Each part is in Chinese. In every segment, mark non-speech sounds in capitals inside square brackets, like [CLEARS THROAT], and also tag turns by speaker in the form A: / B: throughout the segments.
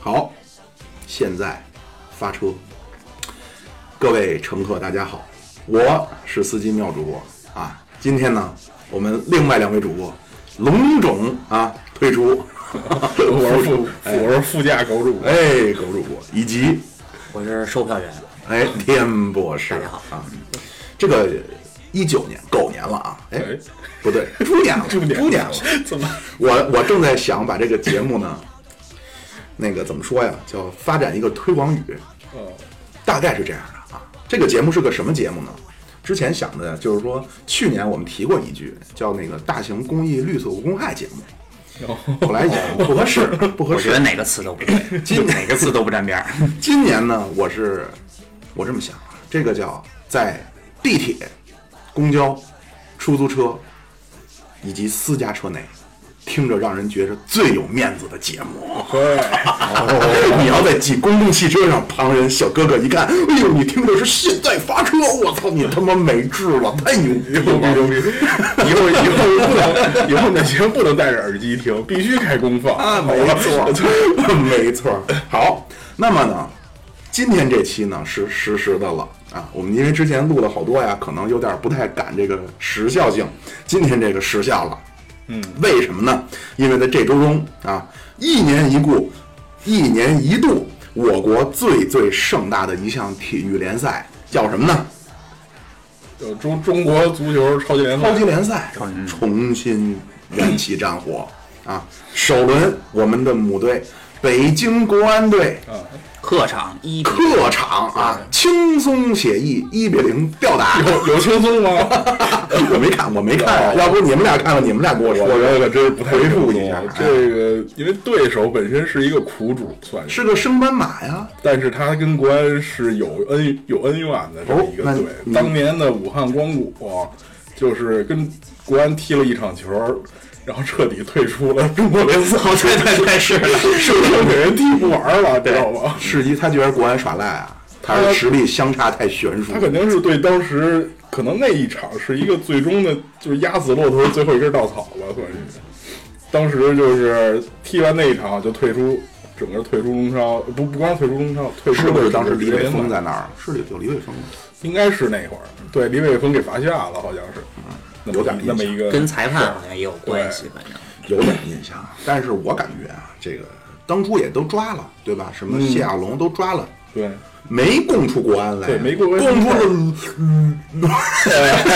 A: 好，现在发车。各位乘客，大家好，我是司机妙主播啊。今天呢，我们另外两位主播隆重啊推出，我是主，
B: 我是副驾狗主，
A: 哎，狗主播以及
C: 我是售票员，
A: [LAUGHS] 哎天博士
C: 大家好
A: 啊。这个一九年狗年了啊，哎
B: 哎，
A: 不对，猪年了，猪
B: 年
A: 年了。
B: 怎么
A: 我我正在想把这个节目呢，那个怎么说呀，叫发展一个推广语，
B: 嗯
A: 大概是这样的啊。这个节目是个什么节目呢？之前想的就是说，去年我们提过一句叫那个大型公益绿色无公害节目，
B: [LAUGHS]
A: 后来也不合适，不合
C: 我
A: 适
C: 觉得。哪个词都不对，
A: 今
C: 哪个词都不沾边儿。
A: 今年呢，我是我这么想，啊这个叫在地铁、公交、出租车以及私家车内，听着让人觉着最有面子的节目。
B: 哦
A: 你要在挤公共汽车上，旁人小哥哥一看，哎呦，你听的是现代发车，我操，你他妈没治了，太牛逼
B: 牛逼
A: 了！
B: 牛逼！以后以后不能，以后那节目不能戴着耳机听，必须开功放
A: 啊，没错， [LAUGHS] 没错。好，那么呢，今天这期呢是实时的了啊。我们因为之前录了好多呀，可能有点不太赶这个时效性，今天这个时效了。嗯，为什么呢？因为在这周中啊，一年一度，一年一度，我国最最盛大的一项体育联赛叫什么呢？
B: 有中中国足球超级联
A: 超
B: 赛
A: 级联赛重新燃起战火啊！首轮我们的母队北京国安队
C: 客场一 [LAUGHS] 比
A: 客场啊，轻松写意一比零吊打。
B: [LAUGHS] 有有轻松吗？
A: 我没看，我没看，要不你们俩看了，你们俩 [LAUGHS] 跟我说，
B: 哦我觉得可真是不太
A: 回复
B: 注
A: 一
B: 意
A: 下。哎
B: 这个，因为对手本身是一个苦主，算是，
A: 是个升班马呀，
B: 但是他跟国安是有恩有恩怨的这么一个
A: 哦
B: 队
A: 那。你
B: 当年的武汉光谷就是跟国安踢了一场球，然后彻底退出了中国联赛，
C: 哦
A: 对对对，是
B: 是不是给人踢不玩了？知道吗？
A: 是一，他觉得国安耍赖啊，他是实力相差太悬殊
B: 他。肯定是对当时可能那一场是一个最终的，就是压死骆驼最后一根稻草吧，算是。当时就是踢完那一场就退出，整个退出中超，不不光退出中超，退出
A: 是不
B: 了
A: 是当时李
B: 伟
A: 伟峰在那儿？是李有李伟峰吗？
B: 应该是那会儿，对李伟峰给罚下了，好像是，那
A: 嗯
B: 么
A: 有点
B: 一那么一个
C: [LAUGHS] 跟裁判好像也有关系，反正
A: 有点印象，但是我感觉啊，这个当初也都抓了，对吧？什么
B: 嗯
A: 谢亚龙都抓了。
B: 对，
A: 没供出国安来，啊
B: 对没供
A: 供
B: 出
A: 出了，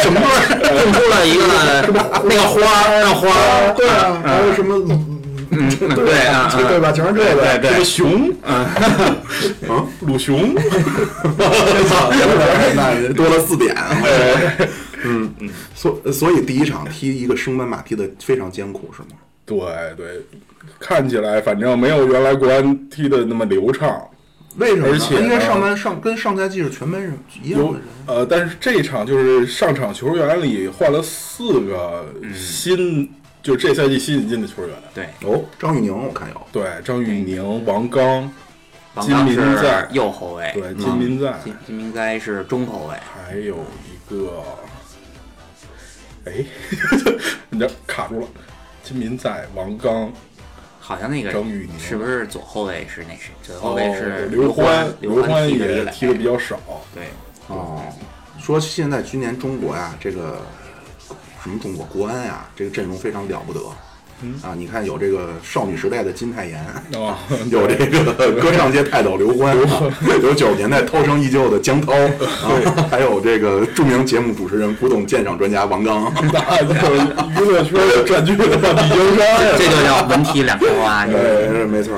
A: 什么玩意儿？
C: 弄出了一个 [LAUGHS] 那个花儿，那花儿，
A: 对
B: [LAUGHS]
A: 啊，
B: 嗯
A: 还有什么？
C: [LAUGHS] 对啊，
A: 对对吧？全是这个。
B: 这个熊，啊，鲁熊，
A: [LAUGHS] 那多了四点。嗯， [LAUGHS] 所所以第一场踢一个升班马踢的非常艰苦，是吗？
B: [LAUGHS] 对对，看起来反正没有原来国安踢的那么流畅，
A: 为什么呢？
B: 而且呢
A: 应该上半上跟上赛季是全班人一样
B: 有
A: 的人。
B: 呃，但是这一场就是上场球员里换了四个新，就这赛季新引进的球员。
C: 嗯对，
A: 哦，张玉宁我看有，
B: 对，张玉宁、王刚，
C: 王
B: 金
C: 刚
B: 明
C: 是
B: 在
C: 右后卫，
B: 对，金民在，
C: 金金明该是中后卫，
B: 还有一个，哎， [LAUGHS] 你这卡住了。金民在、王刚，
C: 好像那个
B: 张玉宁
C: 是不是左后卫是那谁？左后卫是
B: 哦刘
C: 欢，
B: 刘
C: 欢踢的一
B: 也
C: 垒
B: 踢的比较
C: [LAUGHS]
B: 少。
C: 对，
A: 哦，说现在今年中国呀，这个什么中国国安呀，这个阵容非常了不得。啊，你看有这个少女时代的金泰妍，
B: 哦， [LAUGHS]
A: 有这个歌唱界泰斗刘欢，啊有九十年代涛声依旧的江涛，啊还有这个著名节目主持人、古董鉴赏专家王刚。啊
B: 那就是娱乐圈占据了地球山呀。
C: 这就叫文体两开花。
A: 哎对，没错。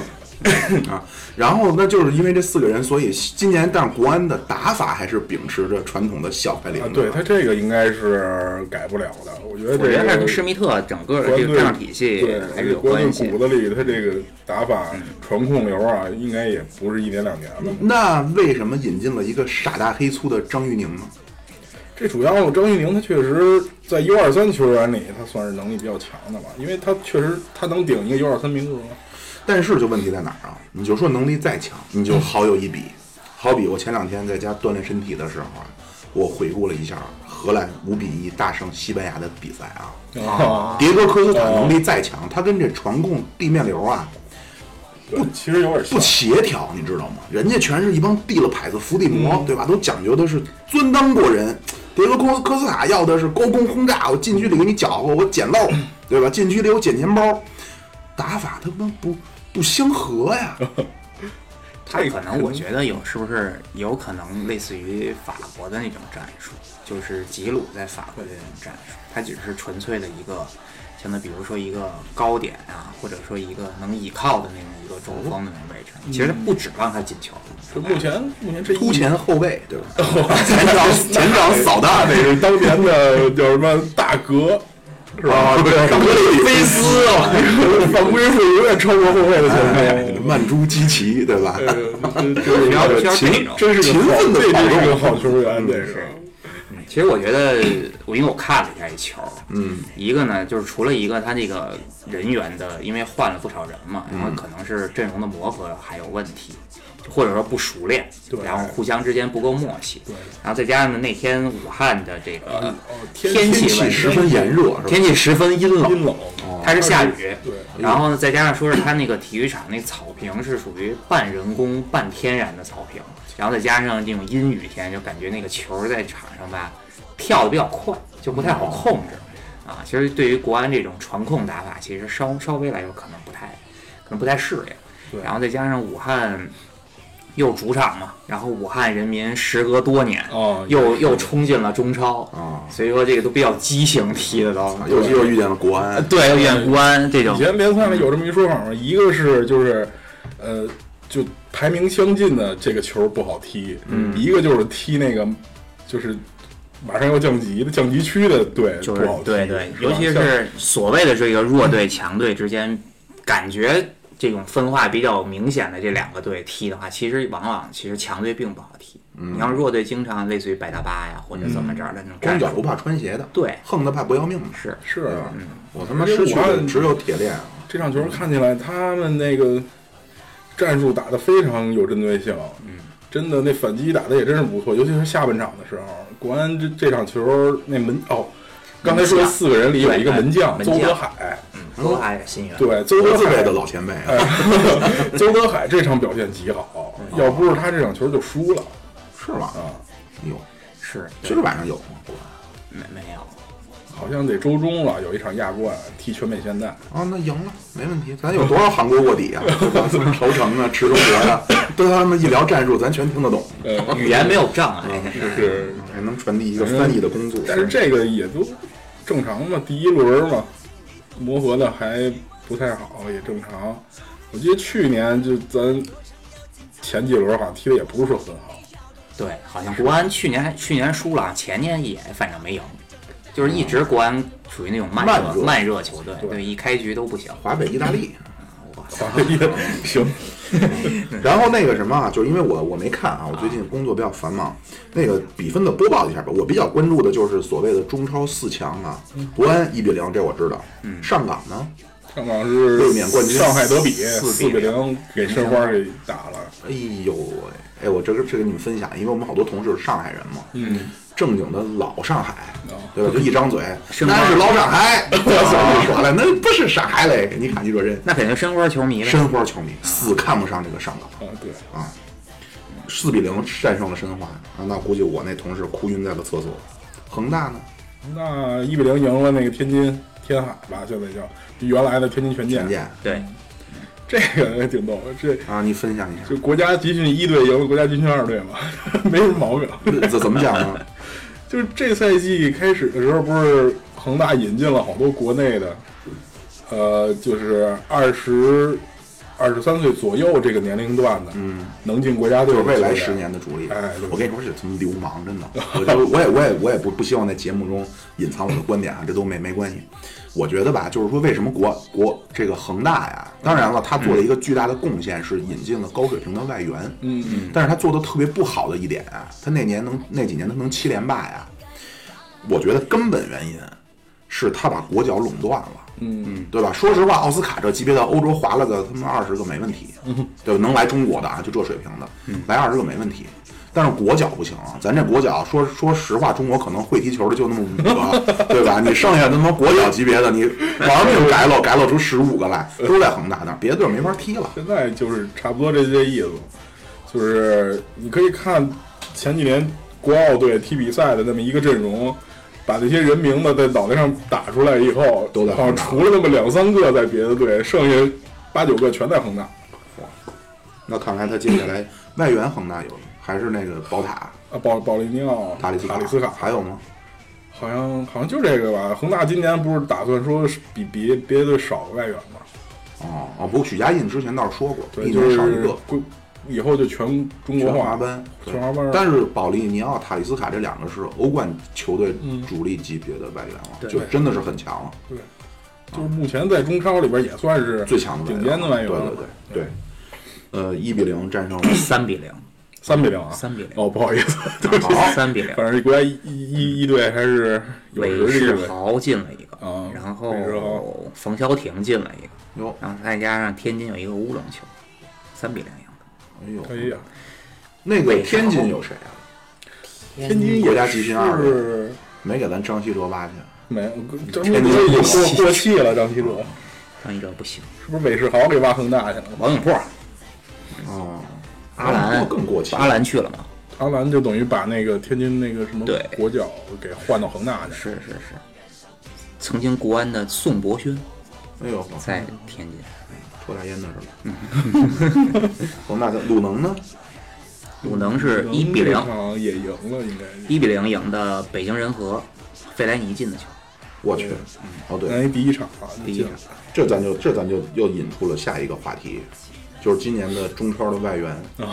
A: 啊。然后那就是因为这四个人，所以今年但国安的打法还是秉持着传统的小快灵
B: 啊
A: 的、，
B: 对他这个应该是改不了的，我觉得
C: 我觉得还
B: 这
C: 跟
B: 个
C: 施密特整个
B: 国安
C: 这个
B: 队
C: 战术体系
B: 对，
C: 还是有
B: 国安
C: 关
B: 队
C: 系嗯
B: 骨。子里他这个打法传控流啊，应该也不是一年两年了。
A: 那为什么引进了一个傻大黑粗的张玉宁呢？
B: 这主要张玉宁他确实在 U 二三球员里，他算是能力比较强的吧，因为他确实他能顶一个 U 二三名额。
A: 但是就问题在哪儿啊？你就说能力再强，你就好有一比。好比我前两天在家锻炼身体的时候啊，我回顾了一下荷兰五比一大胜西班牙的比赛啊。
C: 哦
B: 啊，
A: 迭戈科斯塔能力再强，他跟这传控地面流啊
B: 不，其实有点像
A: 不协调，你知道吗？人家全是一帮地了牌子伏地魔，对吧？都讲究的是钻裆过人。迭戈科科斯塔要的是高空轰炸，我近距离给你搅和，我捡漏，对吧？近距离我捡钱包，打法他妈不不相合呀。
C: 他可能我觉得有是不是有可能类似于法国的那种战术，就是吉鲁在法国的那种战术，他只是纯粹的一个，相当于比如说一个高点啊，或者说一个能倚靠的那种一个中锋的那种位置，其实不指望他进球。
B: 这目前目前这一
A: 突前后卫，对吧？ [LAUGHS] 前掌前掌扫荡
B: 那是当年的 [LAUGHS] 叫什么大格，是吧？
C: 啊
B: [LAUGHS]
A: 格里菲斯，
B: 犯规数永远超过后卫的
C: 哎
B: 前锋。
A: [LAUGHS] 曼朱基奇，对吧？
B: 哎这这这
C: 需要
B: 这
C: 需要
B: 勤
C: 这种
B: 真是个好
A: 勤奋的跑
B: 这真是
A: 动
B: 个好球员，这是。
C: 其实我觉得，我因为我看了一下这球，嗯，一个呢就是除了一个他这个人员的，因为换了不少人嘛，
B: 嗯
C: 然后可能是阵容的磨合还有问题，或者说不熟练，
B: 对
C: 然后互相之间不够默契，
B: 对
C: 然后再加上呢那天武汉的这个
B: 哦天
C: 天
A: [LAUGHS] 天
C: 气
A: 气
C: 问
A: 十
C: 题，
A: 分炎热，
B: 呃
A: 是吧？
C: 天气十分阴
B: 阴
C: 冷，
B: 冷，
C: 它是下雨，
B: 对，
C: 然后呢再加上说是它那个体育场那草坪是属于半人工半天然的草坪，然后再加上这种阴雨天，就感觉那个球在场上吧跳的比较快，就不太好控制。啊，其实对于国安这种传控打法，其实稍稍微来说可能不太，可能不太适应。
B: 对
C: 然后再加上武汉又主场嘛，然后武汉人民时隔多年，
B: 哦
C: 又又冲进了中超，
A: 啊
C: 所以说这个都比较畸形踢的都。
A: 又又遇见了国安，
C: 对，又远国安这种
B: 以前联赛里有这么一说法嘛，一个是就是，呃，就排名相近的这个球不好踢，嗯，一个就是踢那个就是马上要降级的降级区的队不
C: 就是
B: 好踢，
C: 对对，
B: 吧
C: 尤其
B: 像
C: 是所谓的这个弱队强队之间，感觉这种分化比较明显的这两个队踢的话，其实往往其实强队并不好踢。
B: 嗯
C: 你像弱队经常类似于百大巴呀，或者怎么着的那种
A: 光
C: 战
A: 脚不
C: 术，
A: 怕穿鞋的，
C: 对
A: 横的怕不要命的。
C: 是
B: 是
A: 对吧
B: 啊
A: 我他妈失去的只有铁链啊。
B: 这场球看起来他们那个战术打得非常有针对性，嗯，真的那反击打得也真是不错，尤其是下半场的时候，国安这这场球那门哦，刚才说
C: 门将
B: 四个人里有一个
C: 对哎
B: 门将
C: 门
B: 邹
C: 将嗯
B: 德海，
C: 都还是心源。
B: 嗯对，邹
A: 国
B: 德
A: 字辈
B: 海
A: 的老前辈啊，
B: 哎，邹德海这场表现极好，
C: 嗯
B: 要不是他这场球就输了
A: 是吗？
B: 啊，
A: 有，
C: 是
A: 今儿晚上有吗？国安
C: 没没有。
B: 好像得周中了，有一场亚冠踢全美现代，
A: 啊，那赢了，没问题。咱有多少韩国卧底啊？对吧投诚的、啊池中国的，对他们一聊战术，咱全听得懂，嗯
B: 呃，
C: 语言没有障碍，
B: 嗯就是，
A: 还能传递一个翻译的工作。
B: 但是这个也都正常嘛，第一轮嘛，磨合的还不太好，也正常。我记得去年就咱前几轮好像踢的也不是说很好， [LAUGHS]
C: 对，好像国安去年还去年输了啊，前年也反正没赢，就是一直国安属于那种慢
A: 慢
C: 热
A: 热
C: 慢热球队，
B: 嗯对
C: 对，一开局都不行。
A: 华北意大利，
C: 我操
B: 反正也行，
A: 然后那个什么啊，就是因为我我没看啊，我最近工作比较繁忙，那个比分的播报一下吧。我比较关注的就是所谓的中超四强啊，国安一比零，这我知道。上港呢？
B: 上港是
A: 卫冕冠军
B: 上海德比
C: 四
B: 四
C: 比
B: 比
C: 零
B: 零给申花给打了，
A: 哎呦喂，哎，我这个这给你们分享，因为我们好多同事是上海人嘛，
B: 嗯，
A: 正经的老上海
B: 哦，
A: 对吧？就一张嘴，
C: 是吗
A: 那是老上海， [LAUGHS] 我操，你说了，那不是上海嘞？你看你说人
C: 那肯定申花球迷呗。
A: 申花球迷死看不上这个上港，
B: 啊对。
A: 四比零战胜了申花啊！那估计我那同事哭晕在了厕所。恒大呢？
B: 那一比零赢了那个天津天海吧，现在叫原来的天津权健
A: 陈，健
C: 对，
B: 这个挺逗。这
A: 啊，你分享一下 [LAUGHS]
B: 就国家集训一队赢了国家集训二队嘛， [LAUGHS] 没什么毛病。
A: 这怎么讲呢？
B: 就是这赛季开始的时候，不是恒大引进了好多国内的，呃，就是二十二十三岁左右这个年龄段的，嗯，能进国家队
A: 就
B: 的
A: 是未来
B: 球员
A: 十年的主力
B: 哎，对
A: 我跟你说，这他妈流氓，真的。我就我也我也我也不不希望在节目中隐藏我的观点啊，这都没没关系。我觉得吧，就是说为什么国国这个恒大呀，当然了，他做了一个巨大的贡献是引进了高水平的外援，嗯嗯，但是他做的特别不好的一点啊，他那年能那几年他能七连败呀，我觉得根本原因是他把国脚垄断了。嗯，对吧？说实话，奥斯卡这级别的欧洲划了个他妈二十个没问题，
B: 嗯
A: 对吧？能来中国的啊，就这水平的，来二十个没问题。但是国脚不行啊，咱这国脚说说实话，中国可能会踢球的就那么五个，对吧？你剩下他妈国脚级别的，你玩命改漏，改漏出十五个来，都在恒大那儿，别的队儿没法踢了。
B: 现在就是差不多这些意思，就是你可以看前几年国奥队踢比赛的那么一个阵容，把那些人名字在脑袋上打出来以后，
A: 都在
B: 好
A: 恒
B: 像
A: 大
B: 除了那么两三个在别的队，剩下八九个全在恒大。
A: 那看来他接下来外援恒大有还是那个宝塔、
B: 啊，保保利尼奥、
A: 塔
B: 塔
A: 里斯卡、
B: 里斯卡，
A: 还有吗？
B: 好像好像就这个吧。恒大今年不是打算说是比别别的队少个外援吗？
A: 哦哦，不过许家印之前倒是说过，
B: 对，
A: 一
B: 就
A: 年
B: 是
A: 少一个。
B: 归以后就全中国
A: 全
B: 化
A: 华班，对
B: 全华班
A: 但是保利尼奥、塔利斯卡这两个是欧冠球队主力级别的外援
B: 嗯
A: 了，就真的是很强了，
B: 对，就是目前在中超里边也算是
A: 最强的
B: 顶尖的外援
A: 对
B: 了。
A: 对对对。呃，一比零战胜了
C: 三比零，
B: 三比零啊，
C: 三比零
B: 哦，不好意
C: [LAUGHS]
B: 思，对不起，
A: 好
C: 三比零。
B: 反正国家一一一队还是有
C: 韦
B: 实力
C: 世
B: 的。
C: 豪进了一个，
B: 啊
C: 然
B: 韦世豪
C: 后冯潇霆进了一个，
A: 哟，
C: 然后再加上天津有一个乌龙球，三比零赢的。
A: 哎呦，
B: 哎呀，
A: 那个天津有谁啊？
B: 天津
A: 国
B: 也
A: 家集训啊二
B: 是
A: 没给咱张稀哲挖去，
B: 没有，张
A: 天
B: 稀哲
A: 津
B: 也
A: 过
B: 过
A: 气
B: 过气了，张稀哲
C: 张一哲不行，
B: 是不是韦世豪给挖恒大去了？
C: 王永珀、
A: 哦，
C: 阿兰
A: 更过气，
C: 阿兰去了吗？
B: 阿兰就等于把那个天津那个什么
C: 对
B: 国脚给换到恒大去了。
C: 是是是，曾经国安的宋博轩
A: 哎呦，
C: 在嗯天津，
A: 抽大烟的是 [LAUGHS] 吧？恒大的鲁能呢？
C: 鲁能是
B: 嗯
C: 一比
B: 这
C: 零，
B: 场也赢了，应该是。
C: 一比零赢的北京人和，费莱尼进的球。
A: 我去，哦对，
B: 咱第一场啊，
C: 第一场
A: 这咱就这咱就又引出了下一个话题，就是今年的中超的外援，
B: 啊，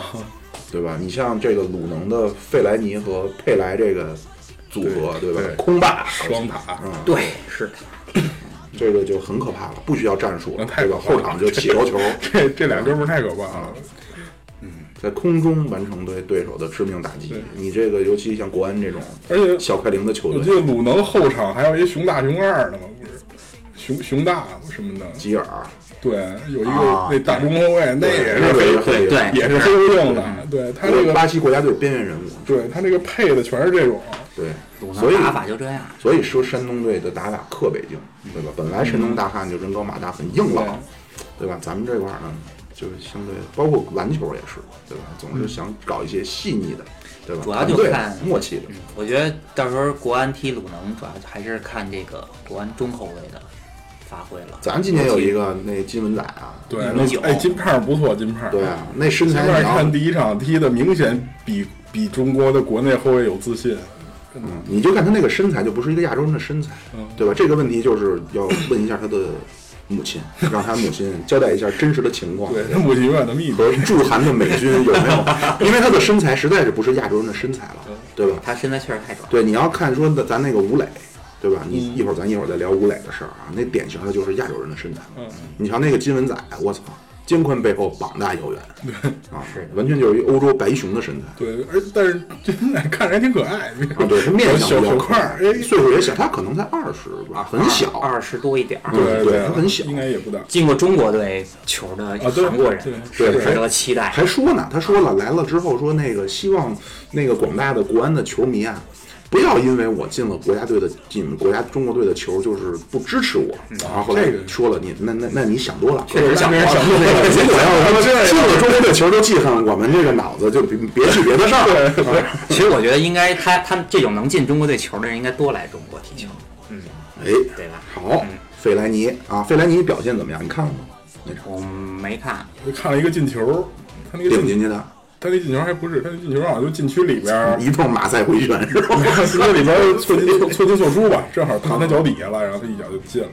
A: 对吧？你像这个鲁能的费莱尼和佩莱这个组合，对吧？
B: 对
A: 空霸嗯
B: 双塔，
C: 对，是的，
A: 这个就很可怕了，不需要战术了，
B: 那太
A: 对吧？
B: 可怕
A: 后
B: 了
A: 场就起高球，
B: 这这俩哥们儿太可怕了。
A: [LAUGHS] 在空中完成对对手的致命打击。你这个尤其像国安这种
B: 而且
A: 小快灵的球
B: 我记得
A: 队，
B: 鲁能后场还有一熊大熊二呢嘛，不是熊熊大什么的，
A: 吉尔，啊
B: 对，有一个、
C: 啊
B: 那大中后卫，那也
A: 那
B: 是
A: 个也
B: 黑，
A: 很厉害
C: 对
B: 也是黑不硬的，对他这
A: 巴
B: 个，
A: 西国家队边缘人物，
B: 对他这个配的全是这种，
A: 对，
C: 鲁
A: 所以
C: 能打法就这样。
A: 所以说山东队的打法克北京，对吧？本来山东大汉就人高马大，很硬朗，对吧？咱们这块儿呢，就是相对包括篮球也是，对吧？总是想搞一些细腻的，对吧？
C: 主要就
A: 团队
C: 看
A: 默契的，
C: 我觉得到时候国安踢鲁能，主要还是看这个国安中后卫的发挥了。
A: 咱今年有一个那金文仔啊，
B: 对，
C: 一米九
B: 那哎金胖不错，金胖，
A: 对啊，那身
B: 金
A: 材
B: 胖
A: 你要
B: 看第一场踢的明显比比中国的国内后卫有自信，
A: 嗯你就看他那个身材，就不是一个亚洲人的身材，对吧？这个问题就是要问一下他的母亲，让他母亲交代一下真实的情况。 [LAUGHS]
B: 对，那母亲有点那么一
A: 和驻韩的美军有没有？ [LAUGHS] 因为他的身材实在是不是亚洲人的身材了，对吧？
C: 他身材确实太壮，
A: 对，你要看说那咱那个吴磊，对吧？你一会儿咱一会儿再聊吴磊的事儿啊，那典型的就是亚洲人的身材。你瞧那个金文仔，我操，肩宽背厚，膀大腰圆，啊，完全就是一欧洲白熊的身材。
B: 对，而但是真的看着还挺可爱，
C: 嗯
A: 啊，对，他面相
B: 小
A: 比较
B: 小
A: 可
B: 块
A: 爱
B: 儿，哎，
A: 岁数也小，他可能才二十吧，很小。
C: 啊二十多一点儿。
B: 对
A: 对他很小
B: 应该也不大。
C: 进过中国队球的
B: 啊对
C: 韩国人
B: 对，
C: 是
A: 对
C: 值得期待。
A: 还说呢，他说了来了之后说那个希望那个广大的国安的球迷啊，不要因为我进了国家队的你们国家中国队的球就是不支持我。然后后来
B: 这个
A: 说了你那那那你想多了，
C: 嗯确实想多了 [LAUGHS]
A: 那个如果要是他们进了中国队的球都记恨我们这个脑子，就别别记别的事儿了。啊
C: 其实我觉得应该他他这种能进中国队球的人，应该多来中国踢球。
A: 哎，
C: 对吧
A: 好，费莱尼啊，费莱尼表现怎么样？你看了吗？那场
C: 我没看，
B: 我就看了一个进球，他那个
A: 顶
B: 进
A: 进去的，
B: 他那进球还不是，他那进球好像就禁区里边
C: 嗯
B: 儿，
A: 一通马赛回旋是吧？ [LAUGHS]
B: 那里边儿错进错错进错出吧，正好弹他脚底下了，然后他一脚就进了。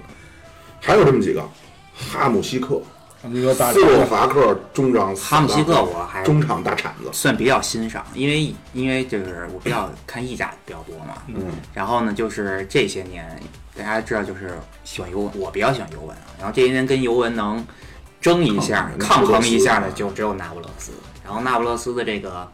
A: 还有这么几个，哈姆西克，
B: 他们一个大
A: 斯
B: 战
A: 洛伐克中场
C: 哈姆西克我还
A: 中场大铲子，
C: 算比较欣赏，因为因为就是我比较看意甲比较多嘛，嗯，然后呢，就是这些年大家知道就是喜欢尤文，我比较喜欢尤文啊，然后这些年跟尤文能争一下、
A: 抗
C: 抗
A: 衡
C: 衡一下的
A: 那不勒斯啊
C: 就只有那不勒斯，然后那不勒斯的这个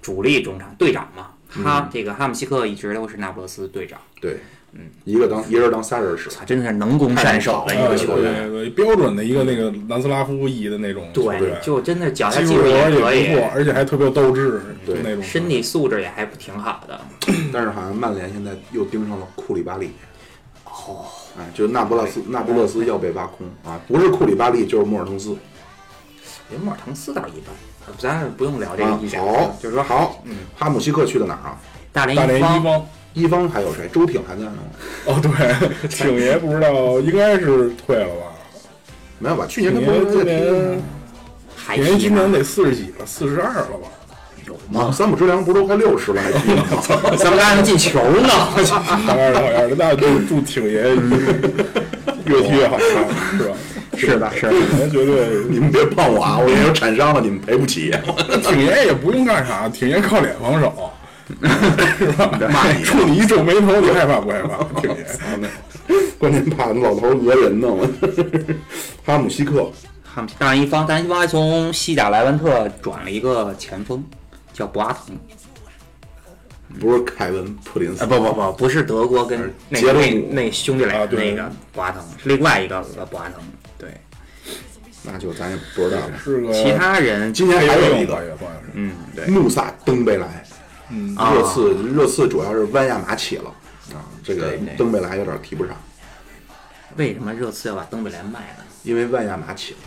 C: 主力中场队长嘛，哈、这个哈姆西克一直都是那不勒斯队长，
A: 对，嗯，一个当一人当仨人使，
C: 操，真的是能攻善守的一
B: 呃
C: 个
B: 对
C: 球员。
B: 对对，标准的一个那个南斯拉夫裔的那种球员，
C: 对，就真的脚下
B: 技
C: 技
B: 术
C: 术
B: 活
C: 也可
B: 也不
C: 以
B: 错，，而且还特别有斗志，
A: 对
B: 就那种
C: 身体素质也还挺好的。
A: 但是好像曼联现在又盯上了库里巴利。哦，哎，就是那不勒斯，那不勒斯要被挖空啊！不是库里巴利，就是莫尔滕斯。
C: 林莫尔滕斯倒一般，啊咱不用聊这个
A: 啊
C: 意，甲，嗯
A: 好，
C: 就是说
A: 好，哈姆西克去的哪儿啊？
C: 大连
B: 大连一
C: 一方
B: 方。
A: 一方还有谁？周挺还在呢，
B: 哦，对， [LAUGHS] 挺爷不知道应该是退了吧？
A: 没有吧？去年
B: 挺
A: 跟
B: 爷
A: 伯恩
B: 今
A: 在踢啊呢
B: 年，
A: 哎
C: 还
B: 挺爷
C: 踢
B: 今
C: 呢
B: 年得四十几了，四十二
A: [LAUGHS]
B: 了吧？
C: 有吗？
A: 啊三浦知良不是都快六十了还踢呢
C: [LAUGHS]
A: 吗？
C: 咱们还能进球呢！我操
B: 大概是好样的，那就祝挺爷越踢越好看，是吧？
A: 是的，是。
B: 挺爷绝对，
A: 你们别碰我啊！我也有铲伤了，你们赔不起。
B: 挺爷也不用干啥，挺爷靠脸防
A: [LAUGHS]
B: 守，是吧？
A: 骂你啊
B: 触你一皱眉头，你害怕不害怕？挺爷，
A: 关键怕老头讹人呢，我 [LAUGHS] 哈姆西克
C: 哈姆大连一方，大连一方还从西甲莱万特转了一个前锋，叫博阿滕。
A: 不是凯文普林斯，
C: 啊，不不不，不是德国跟那
A: 杰
C: 个
A: 洛姆
C: 那那兄弟俩
B: 啊
C: 的
B: 对
C: 那个博阿滕，是另外一个博阿滕。对，
A: 那就咱也不知道了。
B: 是个
C: 其他人
A: 今天还有一
B: 吧
A: 个
B: 也算是。
A: 穆萨登贝莱，
C: 啊
A: 热刺热刺主要是弯亚马起了啊，这个
C: 对对
A: 登贝莱有点提不上，
C: 为什么热刺要把登贝莱卖了呢？
A: 因为万亚马起了。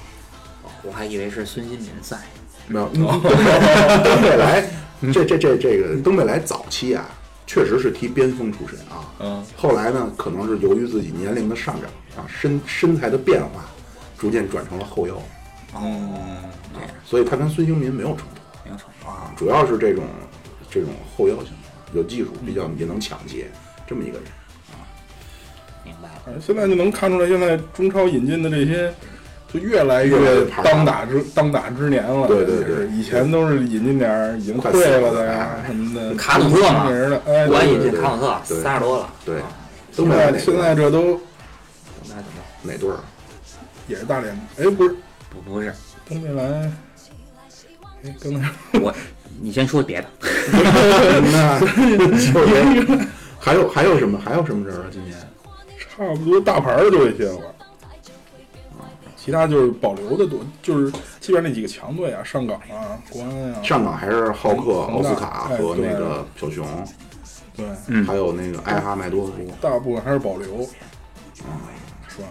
C: 我还以为是孙兴民在。
A: 没
B: [LAUGHS]
A: 有，登贝莱，这这这这个登贝莱早期啊，确实是踢边锋出身啊。
B: 嗯。
A: 后来呢，可能是由于自己年龄的上涨啊，身身材的变化，逐渐转成了后腰，哎
B: 嗯，
A: 所以他跟孙兴民没有冲突
C: 没有错，
A: 啊，主要是这种这种后腰型，有技术，比较也能抢劫这么一个人。
C: 明白了。
B: 反正现在就能看出来，现在中超引进的这些，就越来
A: 越来越
B: 越
A: 牌儿
B: 当打之当打之年
A: 嗯
B: 了。
A: 对对
B: 也是
A: 对
B: 以前都是引进点儿已经
A: 快
B: 退
A: 死了
B: 了的呀
A: 哎
B: 什么的，
C: 卡努特嘛
B: 出名的，哎，
C: 我
B: 对
C: 引
B: 对
C: 进
A: 对
C: 卡姆特
A: 对
C: 三十多了，
A: 对
C: 啊，
A: 登
B: 现
A: 贝莱
B: 在
A: 哪
B: 现
A: 队
B: 在
A: 啊
B: 这都
C: 那怎么
A: 哪队儿？
B: 也是大连，哎，不是
C: 不不是？
B: 东贝莱，哎，刚才
C: 我，你先说别的。
B: [LAUGHS]
A: 那就是还有还有什么还有什么人啊？今年
B: [LAUGHS] 差不多大牌儿的就这些了吧。其他就是保留的多，就是基本上那几个强队啊，上港啊，国安啊，
A: 上港还是浩克、
B: 恒大
A: 奥斯卡
B: 哎
A: 和那
B: 对
A: 个小熊，
B: 对，
C: 嗯
A: 还有那个艾哈迈多夫。
B: 大部分还是保留，是吧？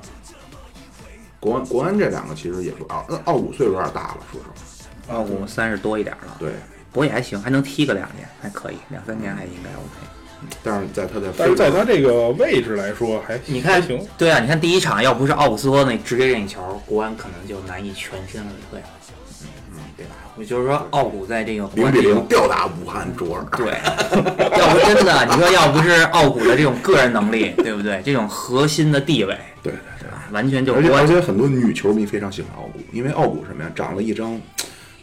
A: 国安国安这两个其实也是啊，那二五岁有点大了，说实话。
C: 啊，我三十多一点儿了，
A: 对，
C: 不过也还行，还能踢个两年，还可以，两三年还应该 OK。
A: 但是在他在
B: 但
A: 非
B: 是在
A: 洲，
B: 他这个位置来说，还
C: 你看
B: 还行，，
C: 对啊，你看第一场要不是奥古斯托那直接任意球，国安可能就难以全身而退了，嗯，对吧？我就是说，奥古在这个国
A: 零
C: 安
A: 比
C: 这种
A: 零吊打武汉卓尔。
C: 对，要不真的，你说要不是奥古的这种个人能力，对不对？这种核心的地位，
A: 对对对，
C: 啊完全就
A: 而
C: 是
A: 且
C: 国
A: 而
C: 安
A: 且很多女球迷非常喜欢奥古，因为奥古什么呀，长了一张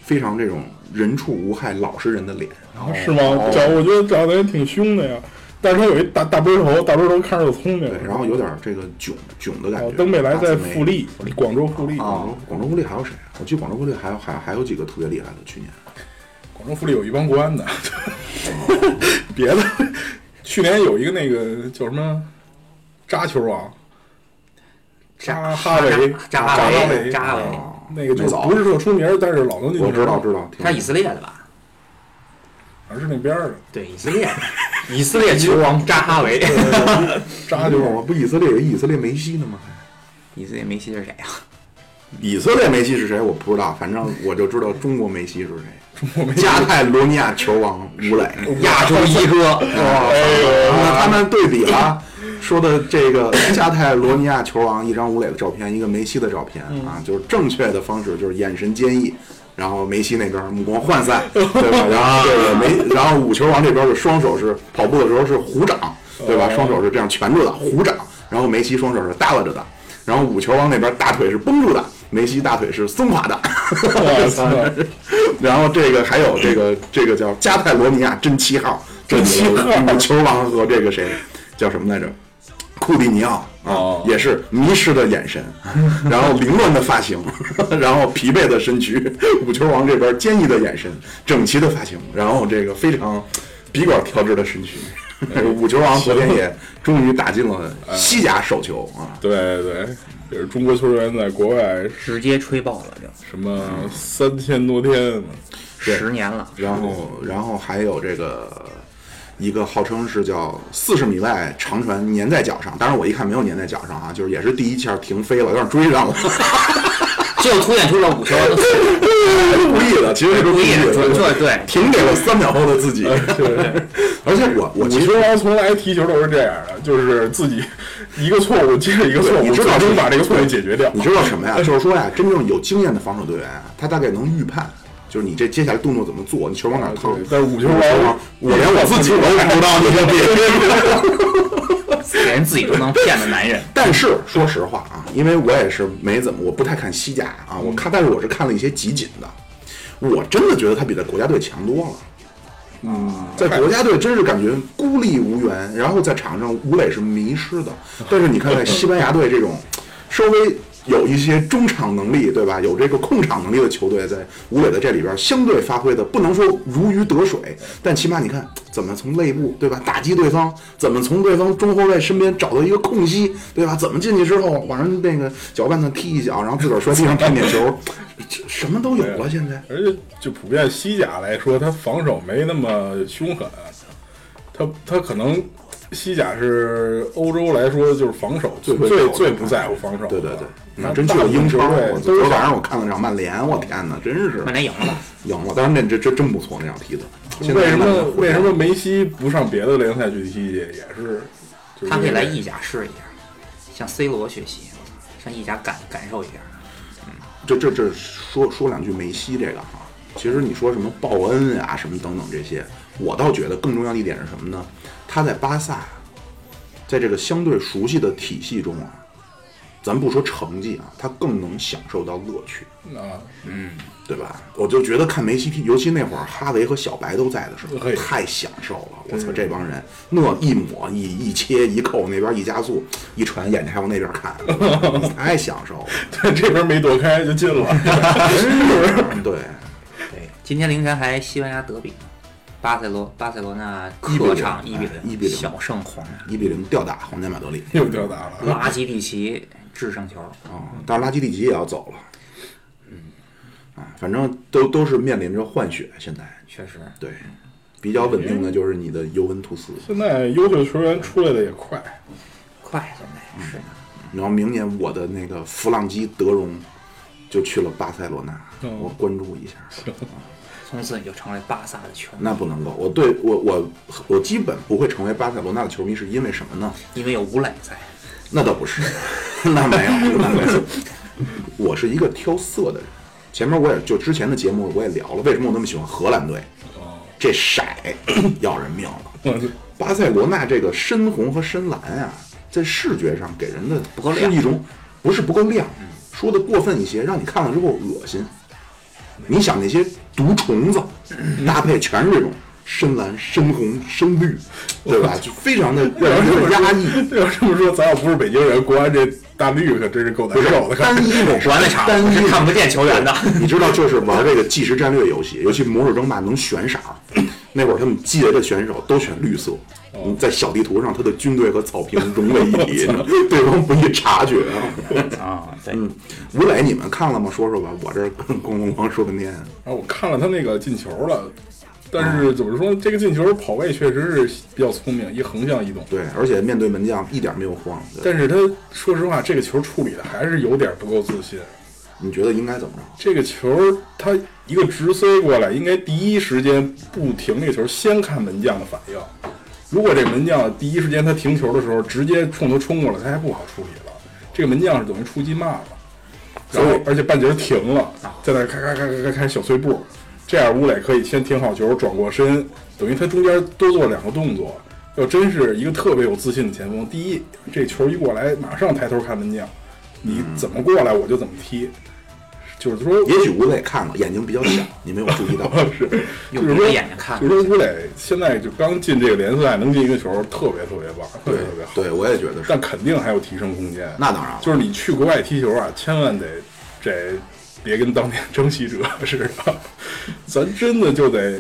A: 非常这种人畜无害、老实人的脸。
C: 哦
B: 是吗？长我觉得长得也挺凶的呀，但是他有一大大背头，大背头看着就聪明
A: 对，。然后有点这个囧囧的感
B: 哦
A: 觉。，
B: 登贝莱在
A: 大紫妹哦
B: 富力，广州富力，
A: 广州广州富力还有谁啊？我记得广州富力还有还还有几个特别厉害的，去年
B: 广州富力有一帮国安的， [LAUGHS] 别的去年有一个那个叫什么扎球王，扎哈维，
C: 扎
B: 哈
C: 哈
B: 维，啊
C: 维，
B: 哦
C: 扎哈维，
B: 那个就
A: 没走
B: 不是特出名儿，但是老能进球。
A: 我知道知道，挺
C: 他是以色列的吧？
B: 好像是那边儿的
C: 对，以色列，以色列球王扎哈维，
B: 扎球
A: 啊就是
B: 王
A: 我。不以色列有以色列梅西呢吗？
C: [LAUGHS] 以色列梅西是谁啊呀、
A: 以色列梅西是谁我不知道，反正我就知道中国梅西是谁。
B: 国梅
A: 加泰罗尼亚球王吴磊，
C: 亚洲一 [LAUGHS] 哥，
A: 那他们对比了，说的这个加泰罗尼亚球王一张吴磊的照片，一个梅西的照片啊，就是正确的方式就是眼神坚毅，然后梅西那边目光涣散，对吧？然后这个梅，然后五球王这边是双手是跑步的时候是虎掌，对吧？双手是这样蜷住的虎掌，然后梅西双手是耷拉着的，然后五球王那边大腿是绷住的。梅西大腿是松垮的。
B: 我操！
A: [LAUGHS] 然后这个还有这个这个叫加泰罗尼亚真七号，
B: 真七号
A: 这个球王和这个谁叫什么来着？库蒂尼奥啊
B: 哦，
A: 也是迷失的眼神， [LAUGHS] 然后凌乱的发型， [LAUGHS] 然后疲惫的身躯， [LAUGHS] 五球王这边坚毅的眼神，整齐的发型，然后这个非常笔管调制的身躯。
B: 哎
A: [LAUGHS] 五球王昨天也终于打进了西甲首球啊！
B: [LAUGHS] 对对，也是中国球员在国外
C: 直接吹爆了就，
B: 什么三千多天呢，
A: 对
C: 十年了，
A: 然后，然后还有这个一个号称是叫四十米外长传粘在脚上，当然我一看没有粘在脚上啊，就是也是第一下停飞了，有点追上了， [LAUGHS]
C: 就凸显出了五球 [LAUGHS] 王的
A: 故意的，其实是
C: 故意
A: 的，
C: 的对对
A: [LAUGHS] 停给了三秒后的自己。 [LAUGHS] 而且我我
B: 五
A: 其实
B: 球王从来踢球都是这样的，就是自己一个错误接着一个错
A: 对
B: 误，
A: 你知道
B: 最终
A: 这
B: 把这个错误解决掉。
A: 你知道什么呀？就是说呀，真正有经验的防守队员啊，他大概能预判，就是你这接下来动作怎么做，你球往哪
B: 对
A: 趟。
B: 但是五球
A: 我
B: 王，
A: 我连我自己都不知道，你就别别别。
C: 连自己都能骗的男人。
A: 但是说实话啊，因为我也是没怎么，我不太看西甲啊，我看，但是我是看了一些集锦的，我真的觉得他比在国家队强多了。嗯，在国家队真是感觉孤立无援，然后在场上吴磊是迷失的。但是你看在西班牙队这种稍微有一些中场能力，对吧？有这个控场能力的球队，在吴磊的这里边相对发挥的不能说如鱼得水，但起码你看怎么从内部，对吧？打击对方，怎么从对方中后卫身边找到一个空隙，对吧？怎么进去之后往人那个脚腕子踢一脚，然后自个儿摔地上看点球，这什么都有了。现在
B: 而且就普遍西甲来说，他防守没那么凶狠，他他可能西甲是欧洲来说就是防守最
A: 会
B: 最
A: 考虑
B: 最不在乎防守的。
A: 对对对，
B: 他
A: 你真去了英超，
B: 嗯大部分
A: 我
B: 球
A: 昨
B: 队都是
A: 天晚上我看了场曼联，我天哪，真是
C: 曼联赢了，
A: 赢了！当然那这这真不错，那场踢的。现在
B: 嗯为什
A: 曼
B: 么
A: 联回
B: 为
A: 来
B: 什么梅西不上别的联赛去踢去？也是，就是
C: 他可以来
B: 因为
C: 意甲试一下，向 C 罗学习，上意甲感感受一下。
A: 这这这说说两句梅西这个哈，其实你说什么报恩呀、什么等等这些，我倒觉得更重要的一点是什么呢？他在巴萨，啊在这个相对熟悉的体系中啊，咱不说成绩啊，他更能享受到乐趣，
B: 啊，
A: 对吧？我就觉得看梅西踢，尤其那会儿哈维和小白都在的时候，
B: 嘿嗯
A: 太享受了。我操，这帮人那一抹一一切一扣，那边一加速一传，眼睛还往那边
B: [LAUGHS]
A: 看，太享受了，
B: 他这边没躲开就进了。
A: 对。
C: 对，今天凌晨还西班牙德比，巴塞罗巴塞罗那
A: 比零
C: 客场一比
A: 哎
C: 零，
A: 1比0
C: 小胜皇马，
A: 一比零吊打皇家马德里
B: 又吊打了，
C: 拉基蒂奇制胜球。
A: 啊、但是拉基蒂奇也要走了，嗯，啊，反正都都是面临着换血，现在
C: 确实，
A: 对，比较稳定的就是你的尤文图斯，
B: 现在优秀球员出来的也快，
C: 快现在是
A: 然后明年我的那个弗朗基德容就去了巴塞罗那，
B: 嗯
A: 我关注一下，
C: 从此你就成为巴萨的球迷，
A: 那不能够，我对我我我基本不会成为巴塞罗那的球迷，是因为什么呢？
C: 因为有吴磊在。
A: 那倒不是， [LAUGHS] 那没有，那没有。我是一个挑色的人。前面我也就之前的节目我也聊了，为什么我那么喜欢荷兰队？这色 [COUGHS] 要人命了。
B: 我
A: 巴塞罗那这个深红和深蓝啊，在视觉上给人的
C: 不够
A: 是
C: 亮嗯
A: 一种不是不够亮，说的过分一些，让你看了之后恶心。你想那些毒虫
C: [LAUGHS]
A: 子搭配全是这种深蓝、深红、深绿，对吧？就非常的让
C: [LAUGHS]
A: 人觉得压抑。
B: 要这么说，咱要不是北京人，国安这大绿可真是够难受的。
A: 单一美术，
C: 完了场
A: 单
C: 我
A: 一
C: 是看不见球员的
A: 对你知道，就是玩这个即时战略游戏，尤其《魔兽争霸》能选色儿。那会儿他们积累的选手都选绿色，在小地图上，他的军队和草坪融为一体，对方不易察觉啊。 [LAUGHS]
C: 啊，对，
A: 吴磊，你们看了吗？说说吧，我这儿咣咣咣说半天。
B: 然后啊我看了他那个进球了，但是怎么说，这个进球跑位确实是比较聪明，一横向移动。
A: 对，而且面对门将一点没有慌。对
B: 但是他说实话，这个球处理的还是有点不够自信。
A: 你觉得应该怎么着？
B: 这个球他一个直塞过来，应该第一时间不停这个球，先看门将的反应。如果这门将第一时间他停球的时候直接冲他冲过来，他还不好处理了。这个门将是等于出击慢了，然
A: 所以
B: 后
A: 啊
B: 而且半截停了，在那咔咔咔咔咔开小碎步，这样吴磊可以先停好球，转过身，等于他中间多做了两个动作。要真是一个特别有自信的前锋，第一，这球一过来马上抬头看门将，你怎么过来我就怎么踢。就是说
A: 嗯也许吴磊看了，眼睛比较小，你没有注 [LAUGHS] 意到。
B: 是，就是
C: 用别的
B: 说
C: 眼睛看
B: 就是说吴磊现在就刚进这个联赛，能进一个球，特别特别棒，特别
A: 对
B: 特别好，
A: 对，我也觉得是。
B: 但肯定还有提升空间。
A: 那当然了，
B: 就是你去国外踢球啊，千万得得别跟当年征西哲似的，咱真的就得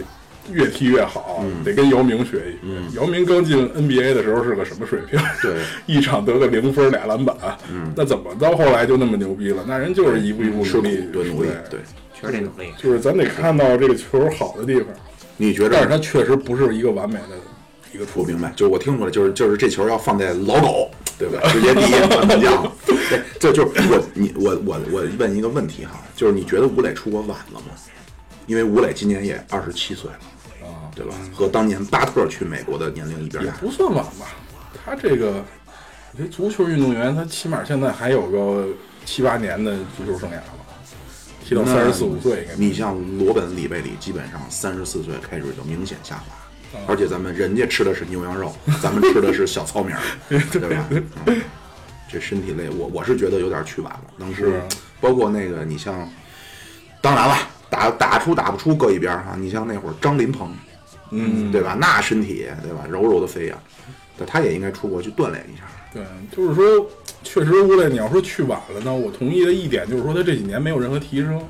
B: 越踢越好，
A: 嗯
B: 得跟姚明学一学。姚明刚进 NBA 的时候是个什么水平？
A: 对，嗯
B: 一场得个零分俩篮板，啊那怎么到后来就那么牛逼了？那人就是一步一步
A: 吃
B: 努
A: 苦
B: 力，
A: 对努力，对。
C: 确实得努力。
B: 就是咱得看到这个球好的地方，
A: 你觉
B: 但是
A: 着？
B: 他确实不是一个完美的一个
A: 我
B: 处理。
A: 明白，就是我听出来，就是就是这球要放在老狗，对吧？直接第一传门将。对，这就是我你我我我问一个问题哈，就是你觉得吴磊出国晚了吗？因为吴磊今年也二十七岁了，
B: 啊，
A: 对吧？和当年巴特去美国的年龄一边
B: 也
A: 儿大。
B: 不算晚吧。他这个，我觉得足球运动员他起码现在还有个七八年的足球生涯吧，踢到三十四五岁应该
A: 你像罗本、里贝里，基本上三十四岁开始就明显下滑，
B: 啊
A: 而且咱们人家吃的是牛羊肉，咱们吃的是小糙米
B: [LAUGHS]
A: 儿，对吧？嗯这身体累，我我是觉得有点去晚了。当时
B: 是啊
A: 包括那个，你像，当然了，打打出打不出搁一边儿哈、你像那会儿张琳芃，嗯，对吧？那身体对吧，柔柔的飞呀、但他也应该出国去锻炼一下。
B: 对，就是说，确实吴磊，你要说去晚了呢，我同意的一点就是说他这几年没有任何提升。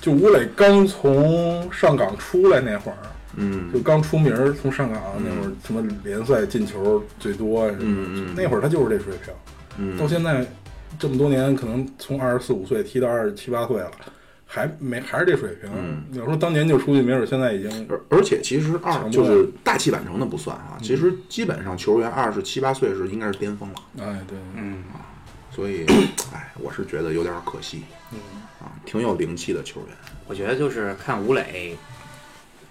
B: 就吴磊刚从上港出来那会儿，嗯，就嗯刚出名儿，从上港那会儿什么联赛进球最多啊呀什么的，那会儿他就是这水平，嗯，到现在这么多年，可能从二十四五岁踢到二十七八岁了，还没还是这水平。你要说当年就出去，没准现在已经
A: 而而且其实二
B: 强不
A: 就
B: 了
A: 是大器晚成的不算啊，其实基本上球员二十七八岁是应该是巅峰了。
B: 哎对，
C: 嗯，
A: 所以，哎，我是觉得有点可惜。嗯，啊，挺有灵气的球员。
C: 我觉得就是看吴磊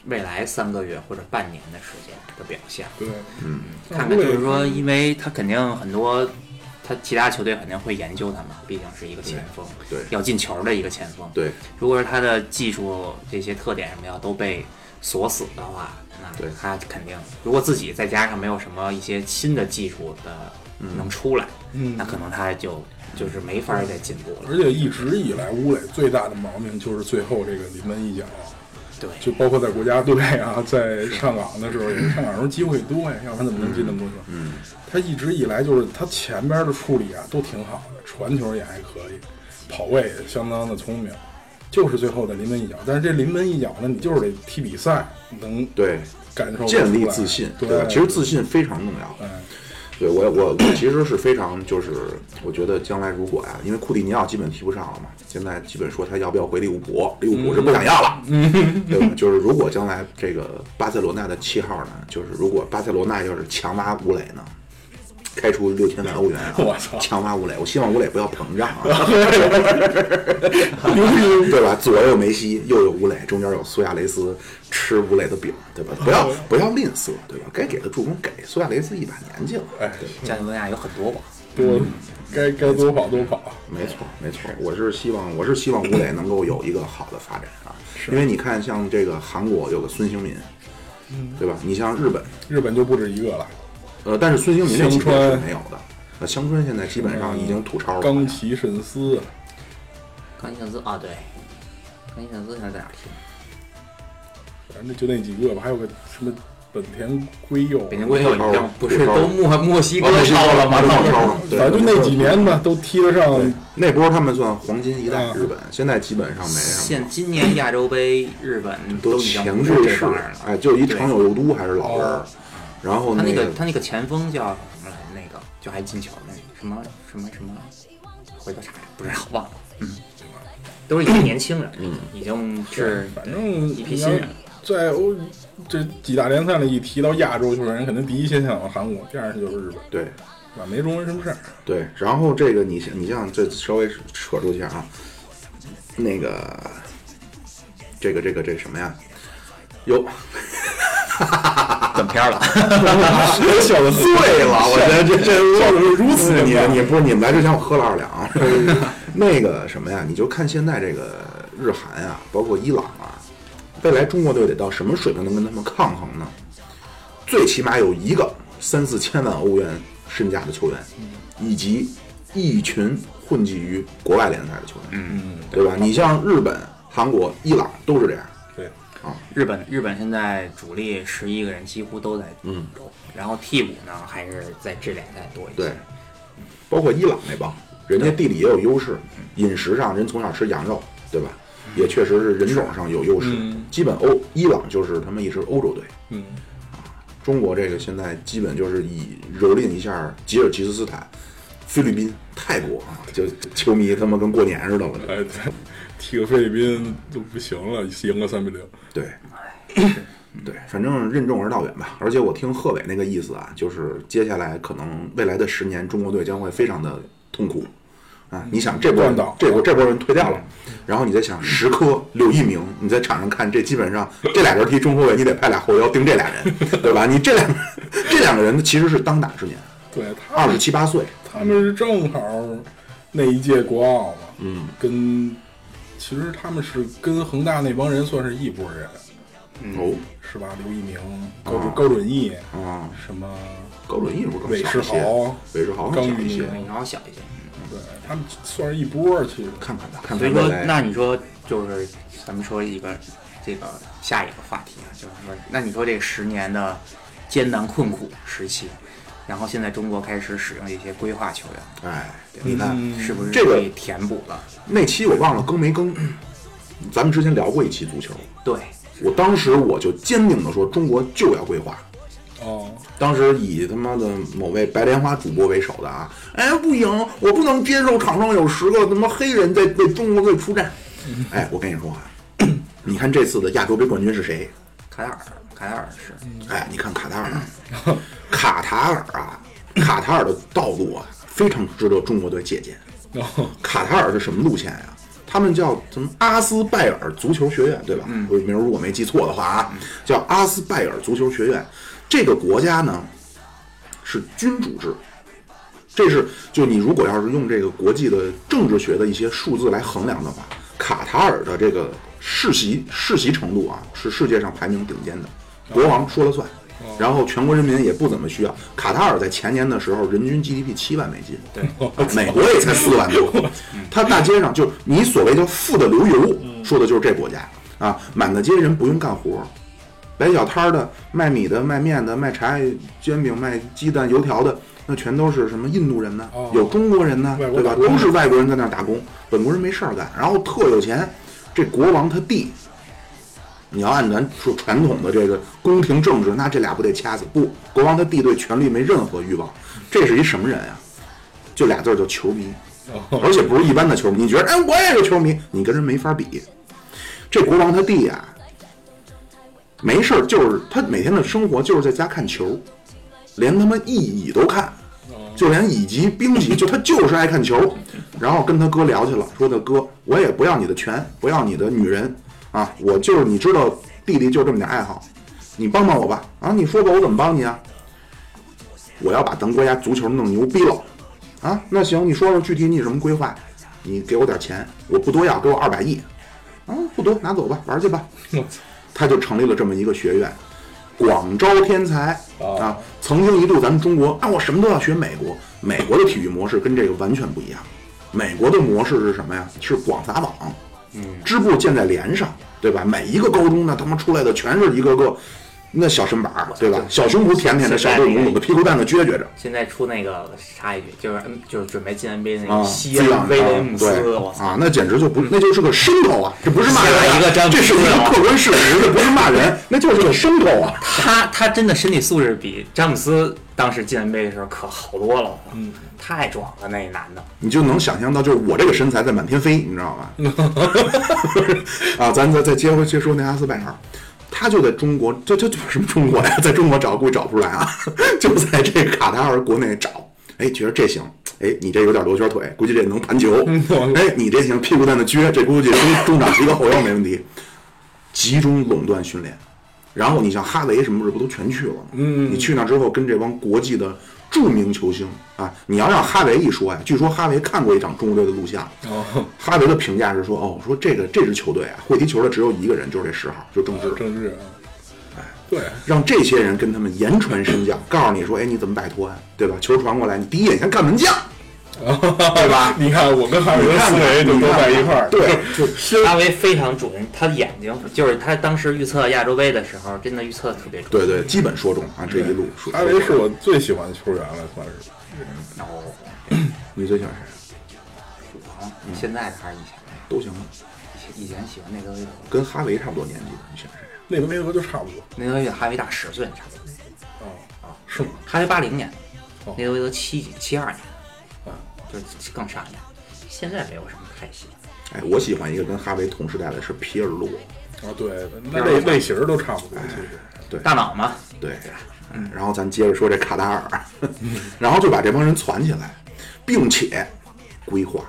C: 未来三个月或者半年的时间的表现，
B: 对，
A: 嗯，
C: 看看就是说，因为他肯定很多，他其他球队肯定会研究他嘛，毕竟是一个前锋，
A: 嗯对
C: 要进球的一个前锋。
A: 对
C: 如果是他的技术这些特点什么要都被锁死的话，那
A: 对
C: 他肯定，如果自己再加上没有什么一些新的技术的能出来，
B: 嗯
C: 那可能他就就是没法儿再进步
A: 嗯
C: 了。
B: 而且一直以来，吴磊最大的毛病就是最后这个临门一脚，
C: 对，
B: 就包括在国家队啊，在上港的时候，也是上港时候机会多呀，要不然怎么能进那么多球？嗯，他一直以来就是他前边的处理啊都挺好的，传球也还可以，跑位也相当的聪明，就是最后的临门一脚。但是这临门一脚呢，你就是得踢比赛能
A: 对，
B: 感受得
A: 建立
B: 出来
A: 自信，
B: 对
A: 吧？其实自信非常重要。
B: 哎
A: 对我，我我其实是非常就是，我觉得将来如果呀、啊因为库蒂尼奥基本踢不上了嘛，现在基本说他要不要回利物浦，利物浦是不想要了，
B: 嗯
A: [LAUGHS] 对吧？就是如果将来这个巴塞罗那的七号呢，就是如果巴塞罗那要是强挖吴磊呢，开出六千万欧元、啊，
B: 我操
A: 强挖吴磊，我希望吴磊不要膨胀啊。
B: [LAUGHS] 牛逼！
A: 对吧？左有梅西，右有吴磊，中间有苏亚雷斯吃吴磊的饼，对吧？不要
B: 哦
A: 不要吝啬，对吧？该给的助攻给。苏亚雷斯一把年纪了，
B: 哎，
C: 加利福尼亚有很多吧。
B: [LAUGHS] 多该该多跑多跑，
A: 没错没错。我是希望我是希望吴磊能够有一个好的发展啊，因为你看像这个韩国有个孙兴民，
B: 嗯
A: 对吧？你像日本，
B: 日本就不止一个了。
A: 呃，但是孙兴民这级
B: 香
A: 别
B: 川
A: 是没有的。那香川现在基本上已经吐槽了，
B: 冈崎慎司，
C: 冈辛斯啊，对，冈辛斯现在在哪儿踢？
B: 反正就那几个吧，还有个什么本田圭佑，
C: 北京国有
A: 超
C: 一样，不是
A: 有超
C: 都墨墨西哥
A: 啊墨西哥
C: 超了吗？
A: 墨西哥
C: 都
A: 超了对
B: 啊反正就那几年吧，都踢得上。
A: 那波他们算黄金一代，
B: 啊
A: 日本现在基本上没什么
C: 现。今年亚洲杯，日本
A: 都
C: 都已经
A: 前
C: 不
A: 置
C: 是这
A: 式
C: 帮人，了。
A: 哎，就一常有肉都还是老人儿
B: 哦，
A: 然后
C: 他那
A: 个
C: 个他那个前锋叫什么来？那个就还进球那个什么什么什么，回头查查，不知道忘了。嗯，都是一些年轻人，已经是
B: 反正
C: 一批
B: 你
C: 新
B: 要
C: 人。
B: 在欧这几大联赛里，一提到亚洲球员，肯定第一先想到韩国，第二就是日本，
A: 对
B: 对吧？没中国人什么事儿。
A: 对，然后这个你像你像这稍微扯出去啊，那个这个这个这个什么呀？ [LAUGHS] 有
C: 断片
A: [LAUGHS]
C: 儿了，
B: 笑的
A: 醉了，我觉得这
B: 笑得
A: 这
B: 如此
A: 你
B: 明白
A: 你不是你们来之前我喝了二两， [LAUGHS] 那个什么呀？你就看现在这个日韩啊，包括伊朗啊，未来中国队得到什么水平能跟他们抗衡呢？最起码有一个三四千万欧元身价的球员，以及一群混迹于国外联赛的球员，嗯，对吧？你像日本、韩国、伊朗都是这样，啊
B: 对，
C: 日本日本现在主力十一个人几乎都在
A: 嗯
C: 有，然后替补呢还是在这两代多一些。
A: 对包括伊朗那帮，人家地理也有优势，饮食上人从小吃羊肉，对吧？也确实是人种上有优势，
B: 嗯
A: 基本欧伊朗就是他们一支欧洲队，啊
B: 嗯，
A: 中国这个现在基本就是以蹂躏一下吉尔吉斯斯坦、菲律宾、泰国啊，就就球迷他妈跟过年似的了。
B: 哎，对，踢个菲律宾都不行了，赢个三比零，
A: 对，
C: 哎
A: 对，反正任重而道远吧。而且我听贺炜那个意思啊，就是接下来可能未来的十年，中国队将会非常的痛苦啊。你想这波人
B: 断档
A: 这波这波人退掉了，然后你再想石科、柳一鸣，你在场上看这基本上这俩人踢中后卫，你得派俩后腰盯这俩人，对吧？你这两这两个人其实是当打之年，
B: 对他
A: 二十七八岁。
B: 他们是正好那一届国奥嘛，嗯，跟其实他们是跟恒大那帮人算是一拨人，嗯
A: 哦，
B: 是吧？刘一鸣、
A: 嗯
B: 高准、高准翼，
A: 啊，
B: 什么
A: 高准翼不是更
B: 韦
A: 小
B: 世
A: 一些？
B: 豪，
A: 韦世豪更小一些
B: 刚。
C: 你稍小一些。
B: 对他们算是一波儿，其实
A: 看看吧，看
C: 所
A: 看
C: 以
A: 未
C: 说，
A: 来。
C: 那你说就是咱们说一个这个下一个话题啊，就是说，那你说这十年的艰难困苦时期，然后现在中国开始使用一些规划球员，
A: 哎，你看。
B: 嗯
C: 是不是
A: 这个
C: 可以填补了？
A: 那期我忘了更没更，咱们之前聊过一期足球，
C: 对，
A: 我当时我就坚定的说中国就要规划。
B: 哦，
A: 当时以他妈的某位白莲花主播为首的啊，哎不行，我不能接受场上有十个他妈黑人在为中国队出战。哎，我跟你说啊， [COUGHS] 你看这次的亚洲杯冠军是谁？
C: 卡塔尔，卡塔尔是，
A: 哎，你看卡塔尔，卡塔尔啊，卡塔尔的道路啊，非常值得中国队借鉴。
B: 然后
A: 卡塔尔是什么路线呀、他们叫什么阿斯拜尔足球学院，对吧？我名儿如果没记错的话啊，叫阿斯拜尔足球学院。这个国家呢是君主制，这是就你如果要是用这个国际的政治学的一些数字来衡量的话，卡塔尔的这个世袭世袭程度啊是世界上排名顶尖的，国王说了算。然后全国人民也不怎么需要。卡塔尔在前年的时候，人均 GDP 七万美金，
C: 对，
A: 美国也才四万多，他大街上就你所谓叫富的流油，说的就是这国家啊，满大街人不用干活，摆小摊儿的、卖米的、卖面的、卖茶叶、煎饼、卖鸡蛋、油条的，那全都是什么印度人呢
B: 哦？
A: 有中国人呢，
B: 外
A: 对
B: 国
A: 吧？
B: 打工
A: 都是外国人在那儿打工，本国人没事儿干，然后特有钱。这国王他弟，你要按咱说传统的这个宫廷政治，那这俩不得掐死？不，国王他弟对权力没任何欲望，这是一什么人呀、就俩字儿叫球迷，[LAUGHS]
B: 哦
A: 而且不是一般的球迷。你觉得，哎，我也是球迷，你跟人没法比。这国王他弟呀、没事儿就是他每天的生活就是在家看球，连他妈一乙都看，就连乙级、丙级，就他就是爱看球。然后跟他哥聊去了，说他哥，我也不要你的权，不要你的女人啊，我就是你知道，弟弟就这么点爱好，你帮帮我吧啊，你说吧，我怎么帮你啊？我要把咱国家足球弄牛逼了。啊，那行，你说说具体你什么规划？你给我点钱，我不多要，给我二百亿。啊，不多，拿走吧，玩去 [LAUGHS] 吧。
B: 我操，
A: 他就成立了这么一个学院，广招天才
B: 哦
A: 啊。曾经一度咱们中国啊，我什么都要学美国，美国的体育模式跟这个完全不一样。美国的模式是什么呀？是广撒网，嗯，支部建在连上，对吧？每一个高中呢，他妈出来的全是一个个那小身板儿，对吧？小胸脯甜甜的，小肚鼓鼓的，屁股蛋子撅撅着。
C: 现在出那个插一句，就是嗯，就是准备进 NBA 那
A: 啊，
C: 个西
A: 这
C: 恩
A: 样
C: 威
A: 啊
C: 廉姆斯，
A: 对
C: 我操，
A: 啊，那简直就不，那就是个牲口啊！这不是骂人啊，
C: 写了一个詹姆斯
A: 这是一个客观事实，这不是骂人，那就是个牲口啊！
C: 他他真的身体素质比詹姆斯当时进 NBA 的时候可好多了，嗯，太壮了那男的，
A: 你就能想象到，就是我这个身材在满天飞，你知道吧？ [LAUGHS] 啊，咱再再接回去说那阿斯拜尔，他就在中国，这这这什么中国呀？在中国找估计找不出来啊， [LAUGHS] 就在这卡塔尔国内找。哎，觉得这行，哎，你这有点罗圈腿，估计这能盘球。
C: 嗯
A: 哎，你这行，屁股蛋子撅，这估计中中场是一个后腰没问题。集中垄断训练，然后你像哈维什么的不都全去了吗？嗯，你去那之后跟这帮国际的著名球星啊，你要让哈维一说呀，据说哈维看过一场中国队的录像，
B: 哦，
A: 哈维的评价是说，哦，说这个这支球队啊，会踢球的只有一个人，就是哎这十号，就郑智，
B: 政治啊，对，
A: 让这些人啊跟他们言传身教，告诉你说，哎，你怎么摆脱呀、对吧？球传过来，你第一眼先看门将，
B: 对吧？ [LAUGHS] 你看我跟哈维的思维就都在一块儿，
A: 对，
C: [LAUGHS]
D: 哈维非常准，他的眼睛就是他当时预测亚洲杯的时候，真的预测得特别准。
A: 对对，基本说中啊，这一路说。
B: 哈维是我最喜欢的球员了，算是。
C: 哦，
A: 你最喜欢谁？啊
C: 主航，现在的还是以前的？
A: 都行吧，
C: 以前以前喜欢内德维德，
A: 跟哈维差不多年纪的，你选谁？
B: 内德维德就差不多，
C: 内德维德哈维大十岁差不多，
A: 啊
B: 哦，是吗？
C: 哈维八零年
B: 哦，
C: 内德维德七几七二年，哦
B: 啊，
C: 就是更上一代。
D: 现在没有什么太喜欢。
A: 哎，我喜欢一个跟哈维同时代的是皮尔洛，
B: 啊，对，那类类型都差不多，其实。
A: 哎
C: 大脑嘛，
A: 对，嗯然后咱接着说这卡塔尔， [LAUGHS] 然后就把这帮人攒起来，并且规划，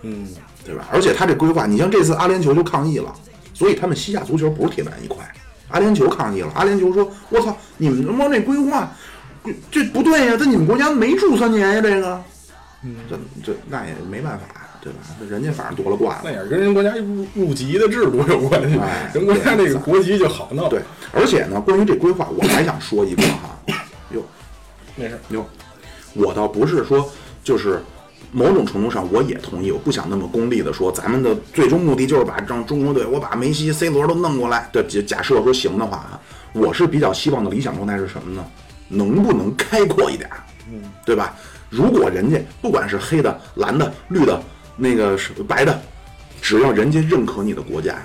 B: 嗯，
A: 对吧？而且他这规划，你像这次阿联酋就抗议了，所以他们西亚足球不是铁板一块。阿联酋抗议了，阿联酋说：“我操，你们他妈这规划，这不对呀、在你们国家没住三年呀、这个，这这那也没办法，对吧？那人家反正夺了冠了
B: 那，也是跟人国家入入籍的制度有关系
A: 哎，
B: 人国家那个国籍就好弄。
A: 对，。而且呢，关于这规划，我还想说一个哈， [COUGHS] 哟
B: 没事。
A: 哟，我倒不是说就是。某种程度上，我也同意，我不想那么功利的说，咱们的最终目的就是把让中国队，我把梅西、C 罗都弄过来。对，假假设说行的话啊，我是比较希望的理想状态是什么呢？能不能开阔一点？嗯，对吧？如果人家不管是黑的、蓝的、绿的，那个是白的，只要人家认可你的国家，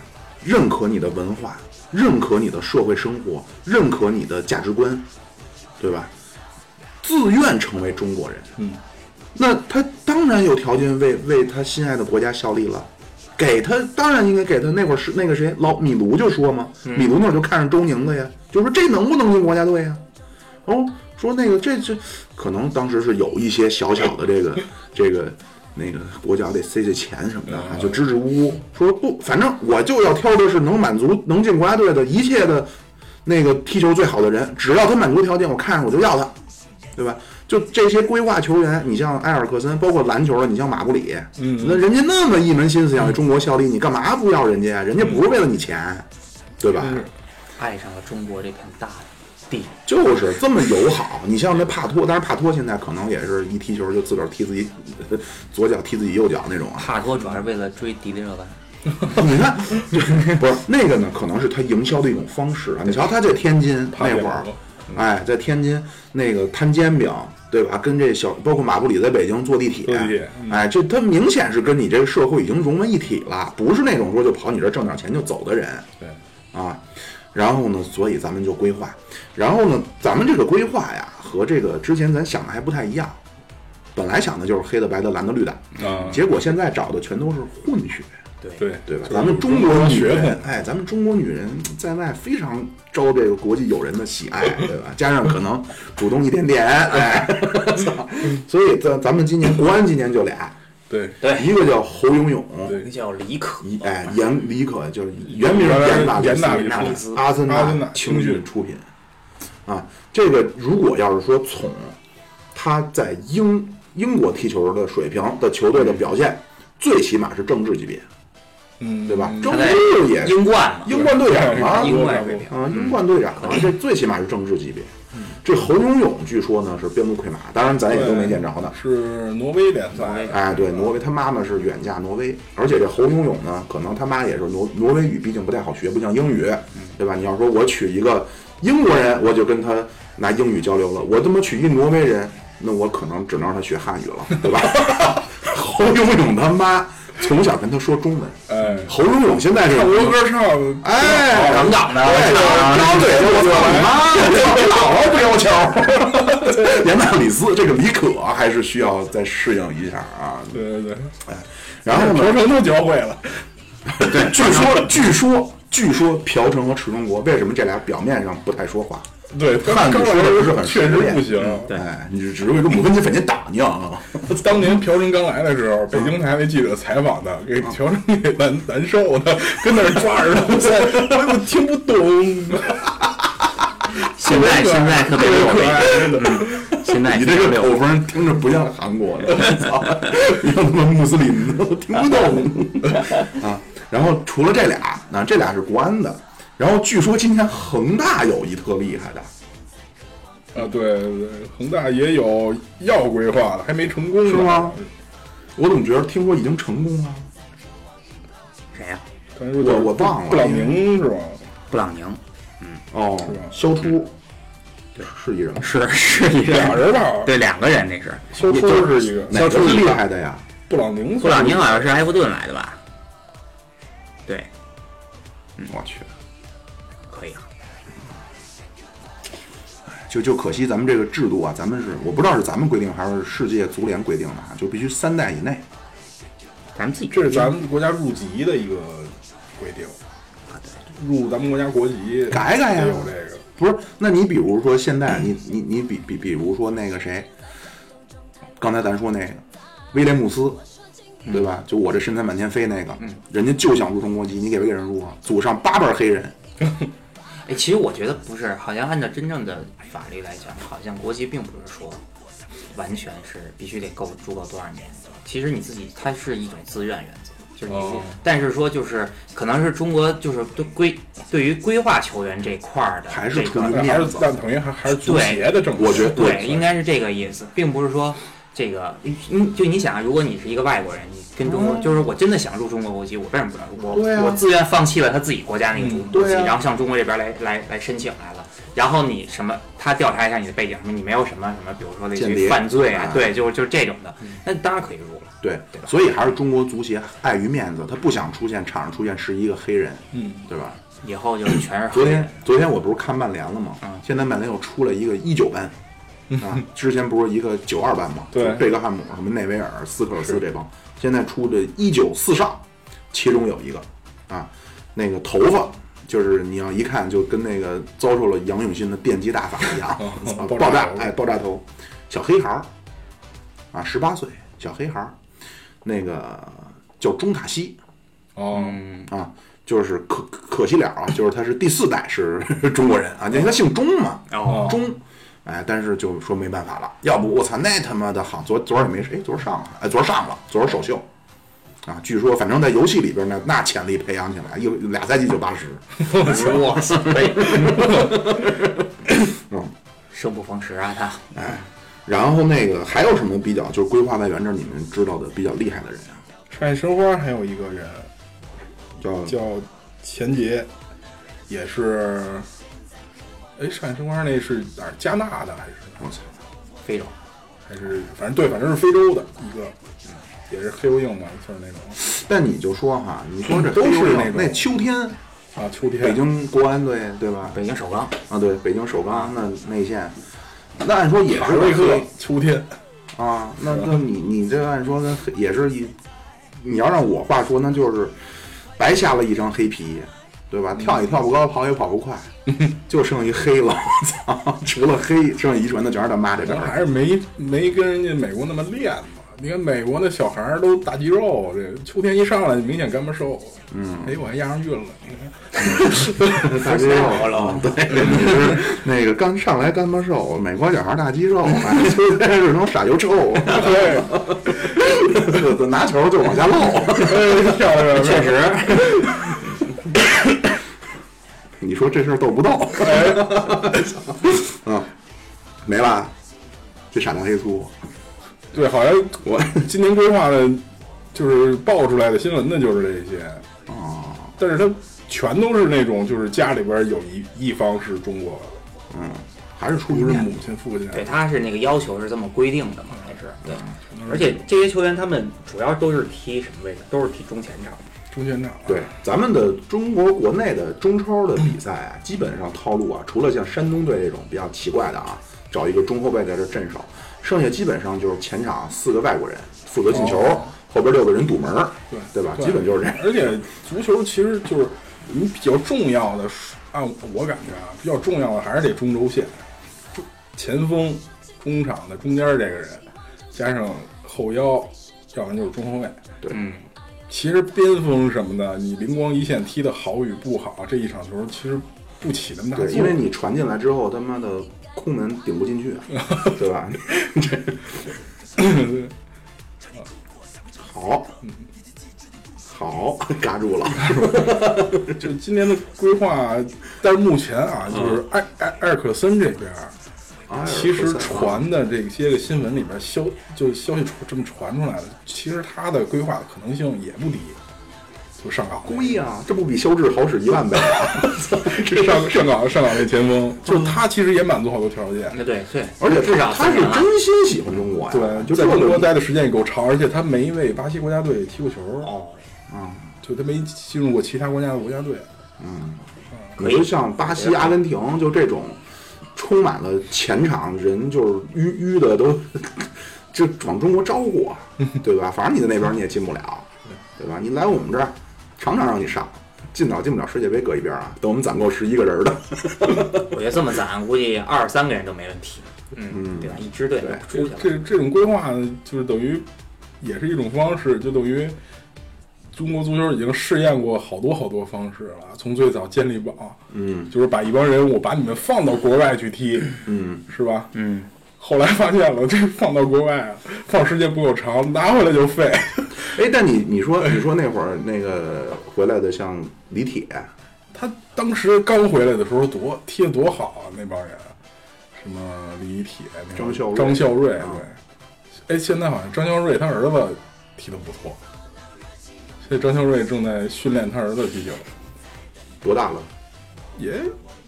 A: 认可你的文化，认可你的社会生活，认可你的价值观，对吧？自愿成为中国人，嗯，那他当然有条件为为他心爱的国家效力了。给他当然应该给他，那会儿是那个谁老米卢就说嘛，米卢那会儿就看上周宁的呀，就说这能不能进国家队呀？哦，说那个这这可能当时是有一些小小的这个这个那个国家得塞塞钱什么的，啊，就支支吾吾说不，反正我就要挑的是能满足能进国家队的一切的那个踢球最好的人，只要他满足条件，我看上我就要他，对吧？就这些规划球员，你像埃尔克森，包括篮球的，你像马布里，嗯，那人家那么一门心思想为中国效力，你干嘛不要人家呀？人家不是为了你钱，对吧？
B: 嗯
D: 爱上了中国这片大地，
A: 就是这么友好。你像那帕托，当然帕托现在可能也是一踢球就自个儿踢自己左脚踢自己右脚那种啊。
D: 帕托主要是为了追迪丽热巴。
A: [LAUGHS] 你
B: [LAUGHS]
A: 看，不是那个呢，可能是他营销的一种方式啊。你瞧他在天津
B: 怕
A: 那
B: 凉
A: 会儿
B: 了，
A: 哎，在天津那个摊煎饼，对吧？跟这小包括马布里在北京坐地铁，
B: 坐地铁
A: 哎，这他明显是跟你这个社会已经融为一体了，不是那种说就跑你这儿挣点钱就走的人。
B: 对，
A: 啊。然后呢，所以咱们就规划。然后呢，咱们这个规划呀，和这个之前咱想的还不太一样。本来想的就是黑的、白的、蓝的、绿的，
B: 啊，
A: 结果现在找的全都是混血，
B: 对
A: 对吧？
B: 就是
A: 咱们中国女
B: 血
A: 人
B: 统，，
A: 哎，咱们中国女人在外非常招这个国际友人的喜爱，对吧？加上可能主动一点点， [LAUGHS] 哎，操所以咱咱们今年国安今年就俩，
B: 对，
A: 一个叫侯永永，
B: 对
D: 那叫李可，
A: 哎，严李可就是原名
B: 原来
A: 严纳
B: 严纳
A: 里
B: 里
A: 纳
B: 斯
A: 里斯，阿森
B: 阿森纳
A: 青
B: 青
A: 训
B: 训
A: 出品。啊，这个如果要是说从他在英英国踢球的水平的球队的表现，最起码是正治级别，
B: 嗯，
A: 对吧？正
C: 他在
A: 治也
C: 英冠嘛，
A: 英冠队长嘛，
C: 英冠水平
A: 啊，英冠队长啊，这最起码是正治级别。
B: 嗯
A: 这侯永永据说呢是边牧快马，当然咱也都没见着呢。
B: 是挪威联赛，
A: 哎，对，挪威，他妈妈是远嫁挪威，而且这侯永永呢，可能他妈也是挪挪威语，毕竟不太好学，不像英语，对吧？你要说我娶一个英国人，我就跟他拿英语交流了；我他妈娶一挪威人，那我可能只能让他学汉语了，对吧？侯永永他妈从小跟他说中文，
B: 哎，
A: 侯永永现在是
B: 唱国歌唱得
A: 哎，
C: 成长的，
A: 对，张嘴就我操你妈，你姥姥不要球。严纳里斯这个李可还是需要再适应一下啊。
B: 对对对，
A: 然后呢
B: 全，程都教会了，
A: 对，据说据说据说朴成和池中国为什么这俩表面上不太说话？
B: 对，
A: 汉
B: 刚
A: 语
B: 来
A: 说的
B: 的
A: 不
B: 时
A: 是
B: 候
A: 很
B: 确实不行。
A: 对，哎，你只会跟母分你粉你打你啊。
B: 当年朴成刚来的时候，北京台那记者采访他，给朴成给难难受的， [LAUGHS] 跟那儿抓耳朵塞，我也听不懂。 [LAUGHS]
C: 现在现在特别
B: [LAUGHS]
C: 有
B: 可
C: 味，
B: 爱，真的。
C: 现在
A: 你这个口风听着不像韩国 [LAUGHS] 的，操，像他妈穆斯林的，我听不 [LAUGHS] 懂啊。然后除了这俩，那这俩是国安的。然后据说今天恒大有一特厉害的，
B: 啊，对对对，恒大也有要规划的，还没成功呢
A: 是吗？我怎么觉得听说已经成功了？
E: 谁
D: 啊
E: 呀、
B: 刚才说叫
A: 我我忘了
B: 布朗宁是吧？
E: 布朗宁
A: 哦
B: 是吧，
A: 肖突，是一人吗，
E: 是是一个
B: 俩
E: 人，
B: 人吧，
E: 对两个人那是。
B: 肖
A: 也就
B: 突是一个，
A: 哪
E: 肖
A: 个
E: 突
A: 是
E: 一
A: 厉
E: 个
A: 害的呀？
B: 布朗宁
E: 布朗宁
A: 啊
E: 好像是埃弗顿来的吧？对，
A: 我去，
E: 可以啊。
A: 就就可惜咱们这个制度啊，咱们是我不知道是咱们规定还是世界足联规定的啊，就必须三代以内。
E: 咱们自己
B: 这是咱们国家入籍的一个规定，入咱们国家国籍
A: 嗯改改呀
B: 也有这个。
A: 不是，那你比如说现在你你你比比比如说那个谁，刚才咱说那个威廉姆斯，对吧？就我这身材满天飞那个，人家就想入中国籍，你给不给人入啊？祖上八辈儿黑人，
C: 哎，其实我觉得不是，好像按照真正的法律来讲，好像国籍并不是说完全是必须得够住够多少年。其实你自己，它是一种自愿原则，就是你自己
B: 哦
C: 但是说就是可能是中国就是对规对于规划球员这块儿的
A: 还是
C: 这
A: 出
C: 个
A: 于
B: 但还
A: 面
B: 是
A: 子
B: 但等于还还是足
C: 对
B: 协的政策，
A: 我觉得
C: 对，应该是这个意思，并不是说这个，你就你想，如果你是一个外国人，你跟中国，就是我真的想入中国国籍，我为什么不能入？我、
A: 哦对啊
C: 我自愿放弃了他自己国家那个
B: 嗯
C: 国籍，
A: 对啊
C: 然后向中国这边来来来申请来了。然后你什么？他调查一下你的背景，什么你没有什么什么，比如说类似
A: 间
C: 于
A: 谍
C: 犯罪啊
A: 啊，
C: 对，就就这种的，那当然可以入了。
A: 对
C: 对吧
A: 所以还是中国足协碍于面子，他不想出现场上出现十一个黑人，
B: 嗯，
A: 对吧？
C: 以后就全是
A: 昨
C: 黑
A: 天
C: 人。
A: 昨天我不是看曼联了吗？
B: 啊
C: 嗯
A: 现在曼联又出了一个一九
B: [LAUGHS]
A: 班，啊，之前不是一个九二班吗？
B: 对
A: 就贝克汉姆、什么内维尔、斯科尔斯这帮，现在出的一九四上，其中有一个啊，那个头发。就是你要一看就跟那个遭受了杨永信的电击大法一样
B: [LAUGHS] 哦，
A: 爆
B: 爆炸
A: 炸
B: 头
A: 哎爆炸头，小黑孩儿啊，十八岁小黑孩儿，那个叫中塔西，
B: 哦，
A: 啊，就是可可惜了啊，就是他是第四代是 [LAUGHS] 中国人啊，因为他姓钟嘛，
E: 哦，
A: 钟，哎，但是就说没办法了，要不我操那他妈的好，昨昨儿也没哎，昨儿上了，哎，昨儿上了，昨儿首秀，啊，据说反正在游戏里边呢，那潜力培养起来，一俩赛季就八十，
C: 哇塞， [LAUGHS] 哎
A: 嗯，
C: 生不逢时啊，他
A: 哎，然后那个还有什么比较就是规划外援这儿你们知道的比较厉害的人啊，
B: 上海申花还有一个人
A: 叫
B: 叫钱杰，也是，哎，上海申花那是哪儿？加纳的还是
A: 我操，
C: 非洲
B: 还是反正对，反正是非洲的一个，嗯也是黑又硬嘛，就是那种
A: 但你就说哈，你说这
B: 嗯都是
A: 黑手
B: 那种
A: 那秋天
B: 啊，秋天
A: 北京国安队对吧？
C: 北京首钢，
A: 啊，对，北京首钢那内线，那按说也
B: 塔
A: 是
B: 瑞
A: 个
B: 克
A: 黑
B: 秋天，
A: 啊，那那你你这按说跟黑也是一，你要让我话说，那就是白瞎了一张黑皮，对吧？跳也跳不高，跑也跑不快，就剩一黑了，我操！ [LAUGHS] 除了黑，剩下遗传的全是他妈这
B: 可
A: 边
B: 能
A: 儿
B: 还是没没跟人家美国那么练嘛。你看美国那小孩儿都大肌肉，这秋天一上来明显干巴瘦。嗯，哎，我还押上韵了，你看。
A: 的大肌肉了。对，你是那个刚上来干巴瘦，美国小孩大肌肉，哎 [LAUGHS] 就开始能傻油臭，
B: [LAUGHS] 对，
A: [LAUGHS] 就拿球就往下漏。
B: 哎漂 [LAUGHS] 亮，
C: 确实
A: [LAUGHS] 你说这事儿逗不逗？嗯，没了，啊这傻大黑粗，
B: 对，好像我今年规划的，就是爆出来的新闻的就是这些。
A: 哦，
B: 但是它全都是那种，就是家里边有一一方是中国的，
A: 嗯，还是出于
B: 不是
A: 面
B: 母
A: 子，
B: 亲、父亲。啊
C: 对，他是那个要求是这么规定的嘛，还是对。而且这些球员他们主要都是踢什么位置？都是踢中前场。
B: 中间场。
A: 对，咱们的中国国内的中超的比赛啊，基本上套路啊，除了像山东队这种比较奇怪的啊，找一个中后卫在这镇守，剩下基本上就是前场四个外国人负责进球，
B: 哦
A: 后边六个人堵门儿，
B: 对
A: 对吧？基本就是这样。
B: 而且足球其实就是你比较重要的，按我感觉啊，比较重要的还是得中轴线，前锋、中场的中间这个人，加上后腰，要不然就是中后卫。
A: 对
B: 嗯。其实边锋什么的，你灵光一现踢的好与不好，这一场球其实不起那么大作
A: 对，因
B: 用。
A: 为你传进来之后，他妈的空门顶不进去，啊
B: [LAUGHS]
A: 对吧？好，好，嘎住了。
B: 就是
A: 嗯
B: 今年的规划，但是目前啊，就是埃埃埃尔克森这边儿
A: 埃尔
B: 其实
A: 和哎塞纳
B: 传的这些个新闻里边消就是消息传这么传出来的，其实他的规划可能性也不低，就上港
A: 故意啊，这不比肖智好使一万倍啊！
B: 这 [LAUGHS] 嗯上上港上港那前锋，就是他其实也满足好多条件，
C: 那啊对对，
A: 而且
C: 至少
A: 他是
C: 三年了
A: 真心喜欢中国呀，
B: 对，就
A: 这
B: 嗯在
A: 个
B: 中国待的时间也够长，而且他没为巴西国家队踢过球，
C: 哦，
B: 就他没进入过其他国家的国家队。
A: 你就像巴西、阿根廷，就这种充满了前场人，就是淤淤的都 [LAUGHS] 就往中国招呼
C: [LAUGHS]
A: 啊，对吧？反正你在那边你也进不了，对吧？你来我们这儿，场场让你上，进不了进不了世界杯搁一边啊。等我们攒够十一个人的， [LAUGHS]
C: 我觉得这么攒，估计二三个人都没问题，嗯，对吧？一支队
A: 对
C: 出
B: 这
C: 去了，
B: 这这种规划呢，就是等于也是一种方式，就等于中国足球已经试验过好多好多方式了。从最早建立网，
A: 嗯
B: 就是把一帮人我把你们放到国外去踢，
A: 嗯，
B: 是吧？
F: 嗯，
B: 后来发现了，这放到国外放时间不够长，拿回来就废。
A: 哎，但你你
C: [LAUGHS]
A: 说你说那会儿那个回来的像李铁，
B: 他当时刚回来的时候多踢得多好啊，那帮人，什么李铁、那帮
A: 张孝瑞
B: 张孝瑞，
A: 啊
B: 对，哎，现在好像张孝瑞他儿子踢得不错，现在张孝瑞正在训练他儿子踢球，
A: 多大了？
B: 也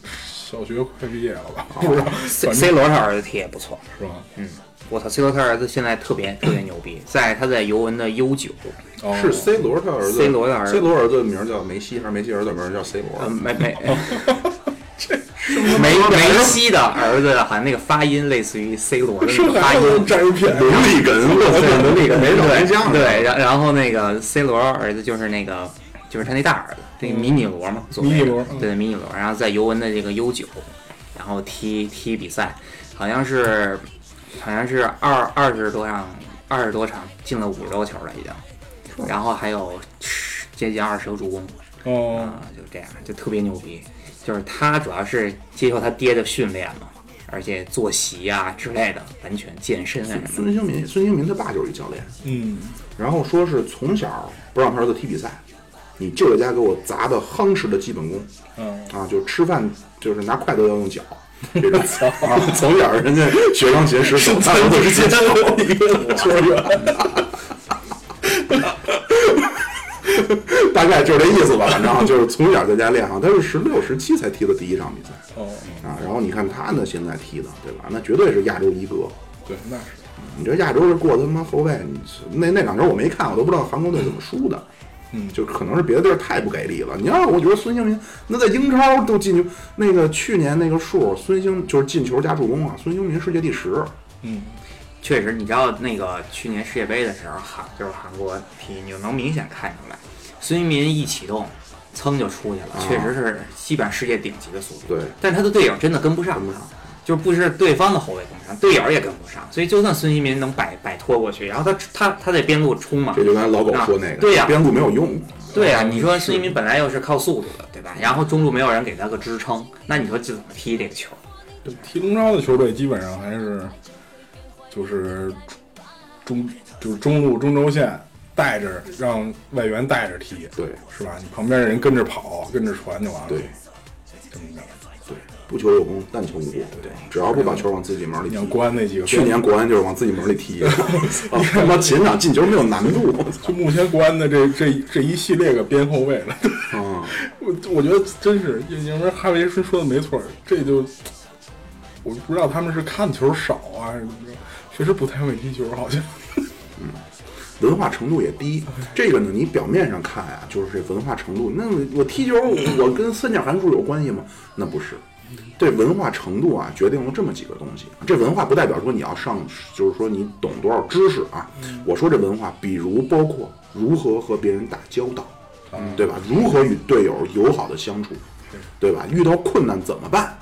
B: 小学快毕业了吧？
A: 啊
B: 不知道，
C: C
B: 反正
C: C 罗他儿子踢也不错，
B: 是吧？
C: 嗯，我操，C 罗他儿子现在特别特别牛逼，在他在尤文的 U 九，
B: 哦
A: 是 C 罗他儿子
C: C 罗的儿子
A: ，C 罗儿子名儿叫梅西，还是梅西儿子名儿叫 C 罗？
C: 呃，梅 [LAUGHS] 梅，梅梅西的儿子好像那个发音类似于 C 罗的那
B: 生
C: 个发
B: 孩子
C: 音，
B: 占一片，
A: 刘立
C: [LAUGHS]
A: 根，我操，刘立根没少来将
C: 对，然然后那个 C 罗儿子就是那个就是他那大儿子，那个迷你罗嘛，所谓的
B: 迷你罗嗯
C: 对迷你罗，然后在尤文的这个 U 九，然后踢踢比赛，好像是好像是二二十多场二十多场进了五十多球了已经，然后还有10接近二十个助攻。
B: 哦
C: 啊，就这样，就特别牛逼。就是他主要是接受他爹的训练嘛，而且作息啊之类的，完全健身啊什么
A: 孙兴民，孙兴民他爸就是一教练，
B: 嗯，
A: 然后说是从小不让他儿子踢比赛，你就在家给我砸的夯实的基本功
B: 嗯，
A: 啊，就吃饭就是拿筷子要
B: [LAUGHS]
A: 用脚。这种啊，从小人家学钢琴是手，他儿子是脚， [LAUGHS]
B: 就是这
A: 大概就是这意思吧。反正就是从小在家练啊哈，他是十六、十七才踢的第一场比赛
B: 哦，
A: 啊。然后你看他呢，现在踢的对吧？那绝对是亚洲一哥。
B: 对，那是
A: 你这亚洲是过他妈后卫，你那那两球我没看，我都不知道韩国队怎么输的。
B: 嗯
A: 就可能是别的地儿太不给力了。你要是我觉得孙兴民，那在英超都进球，那个去年那个数，孙兴就是进球加助攻啊，孙兴民世界第十。
B: 嗯，
C: 确实，你知道那个去年世界杯的时候，韩就是韩国踢，你就能明显看出来，孙兴民一启动，噌就出去了，确实是基本上世界顶级的速度。
A: 啊对，
C: 但他的队友真的跟不上他，就是不是对方的后卫跟不上，队友也跟不上，所以就算孙兴民能摆摆脱过去，然后他他他在边路冲嘛，
A: 这就跟老狗说那个，
C: 啊对呀
A: 边路没有用。
C: 对啊，你说孙兴民本来又是靠速度的，对吧？然后中路没有人给他个支撑，那你说这怎么踢这个球？
B: 就踢中超的球队基本上还是就是中就是中路中轴线带着让外援带着踢，
A: 对
B: 是吧？你旁边的人跟着跑，跟着传就完了。
A: 对，
B: 这么着。
A: 对，不求有功，但求无过。对，只要不把球往自己门里
B: 你要
A: 踢。
B: 关那几个，
A: 去年国安就是往自己门里踢，啊他妈前场进球没有难 [LAUGHS] 度。
B: 就目前国安的这这这一系列个边后卫了，
A: 啊，
B: [LAUGHS] 我我觉得真是，要不然哈维说说的没错，这就我不知道他们是看球少啊，还是怎么着，确实不太会踢球，好像。
A: 文化程度也低。这个呢，你表面上看啊，就是这文化程度。那我踢球，我跟三角函数有关系吗？那不是。这文化程度啊，决定了这么几个东西。啊这文化不代表说你要上，就是说你懂多少知识啊。我说这文化，比如包括如何和别人打交道，对吧？如何与队友友好的相处，对吧？遇到困难怎么办？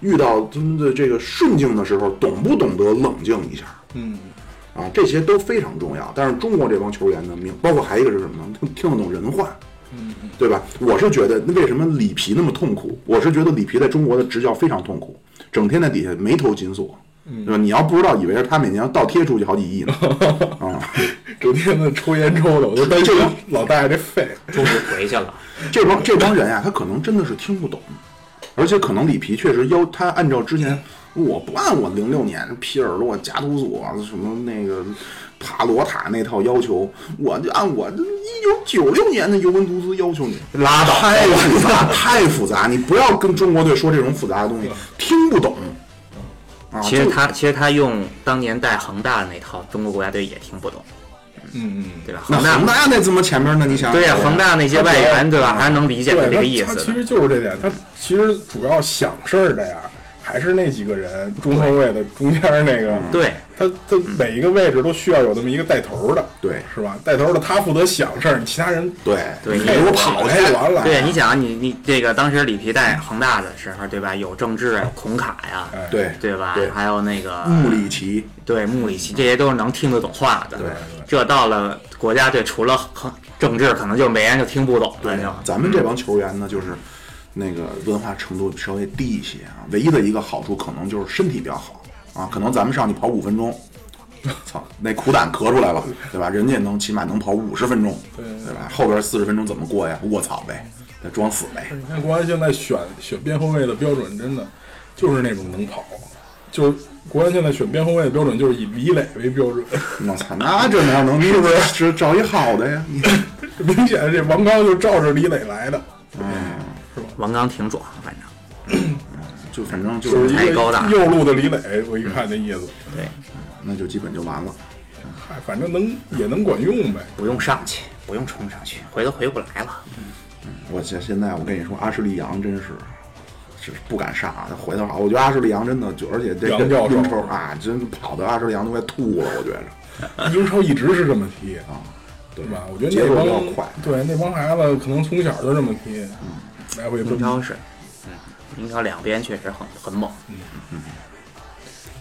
A: 遇到真的这个顺境的时候，懂不懂得冷静一下？
B: 嗯，
A: 啊，这些都非常重要。但是中国这帮球员呢，明包括还有一个是什么呢？听听得懂人话，对吧？我是觉得，那为什么里皮那么痛苦？我是觉得里皮在中国的执教非常痛苦，整天在底下眉头紧锁，对吧？你要不知道，以为是他每年要倒贴出去好几亿呢。啊，
B: 整天的抽烟抽的，我都担心老大爷这肺。
A: [LAUGHS]
C: 终于回去了，
A: 啊这帮这帮人呀、他可能真的是听不懂，而且可能里皮确实要他按照之前，我不按我零六年皮尔洛、加图索什么那个帕罗塔那套要求，我就按我一九九六年的尤文图斯要求你，
G: 拉倒
A: 太复杂，太复杂，你不要跟中国队说这种复杂的东西，听不懂。啊，
C: 嗯其实
A: 就
C: 他其实他用当年带恒大的那套，中国国家队也听不懂，
B: 嗯嗯，
C: 对吧？
A: 那
C: 恒大
A: 恒大那怎么前面呢？你想啊
C: 对呀，恒大那些外援对吧，还是能理解
B: 对
C: 他这
B: 他
C: 个意
B: 他
C: 思
B: 其
C: 的。
B: 实就是这点，他其实主要想事儿的呀，还是那几个人，中后卫的中间那个，
C: 对，
B: 他他每一个位置都需要有那么一个带头的，
A: 对
B: 是吧？带头的他负责想事儿，其他人
A: 对
C: 对
A: 你
C: 你
A: 给我跑去
B: 开完了，
C: 对，你想啊你你这个当时里皮带恒大的时候，对吧？有郑智啊，有孔卡呀，
B: 哎，
A: 对
C: 对吧？
A: 对
C: 还有那个
A: 穆里奇，
C: 对穆里奇，这些都是能听得懂话的。
A: 对
C: 这到了国家队，除了恒郑智，可能就没人就听不懂了，就
A: 咱们这帮球员呢，就是那个文化程度稍微低一些啊。唯一的一个好处可能就是身体比较好啊，可能咱们上去跑五分钟，操，那苦胆咳出来了，对吧？人家能起码能跑五十分钟，对吧？后边四十分钟怎么过呀？卧槽呗，再装死呗。
B: 你看国安现在选选边后卫的标准，真的就是那种能跑，就是国安现在选边后卫的标准就是以李磊为标准， [LAUGHS]
A: 我操，那这哪能是不是？只找一好的呀？你
B: 明显这王刚就照着李磊来的，
C: 王刚挺壮，反正
A: 就反正就
B: 就是
A: 是
B: 一
C: 太高
B: 个
C: 大
B: 右路的李磊，我一看那意思，
A: 那就基本就完了。
B: 嗨，哎反正能也能管用呗。
C: 不用上去，不用冲上去，回都回不来了。
A: 我现现在我跟你说，阿什利杨真是。是不敢上啊！回头啊，我觉得阿什利杨真的就，而且这
B: 杨教授
A: 运筹啊，真跑的阿什利杨都快吐了，我觉着。
B: 英超一直是这么踢
A: 啊，
B: 对吧？我觉得
A: 节
B: 那
A: 奏比
B: 帮
A: 较快嗯
B: 对那帮孩子可能从小就这么踢，来回奔
C: 英超是，嗯，英超两边确实很很猛，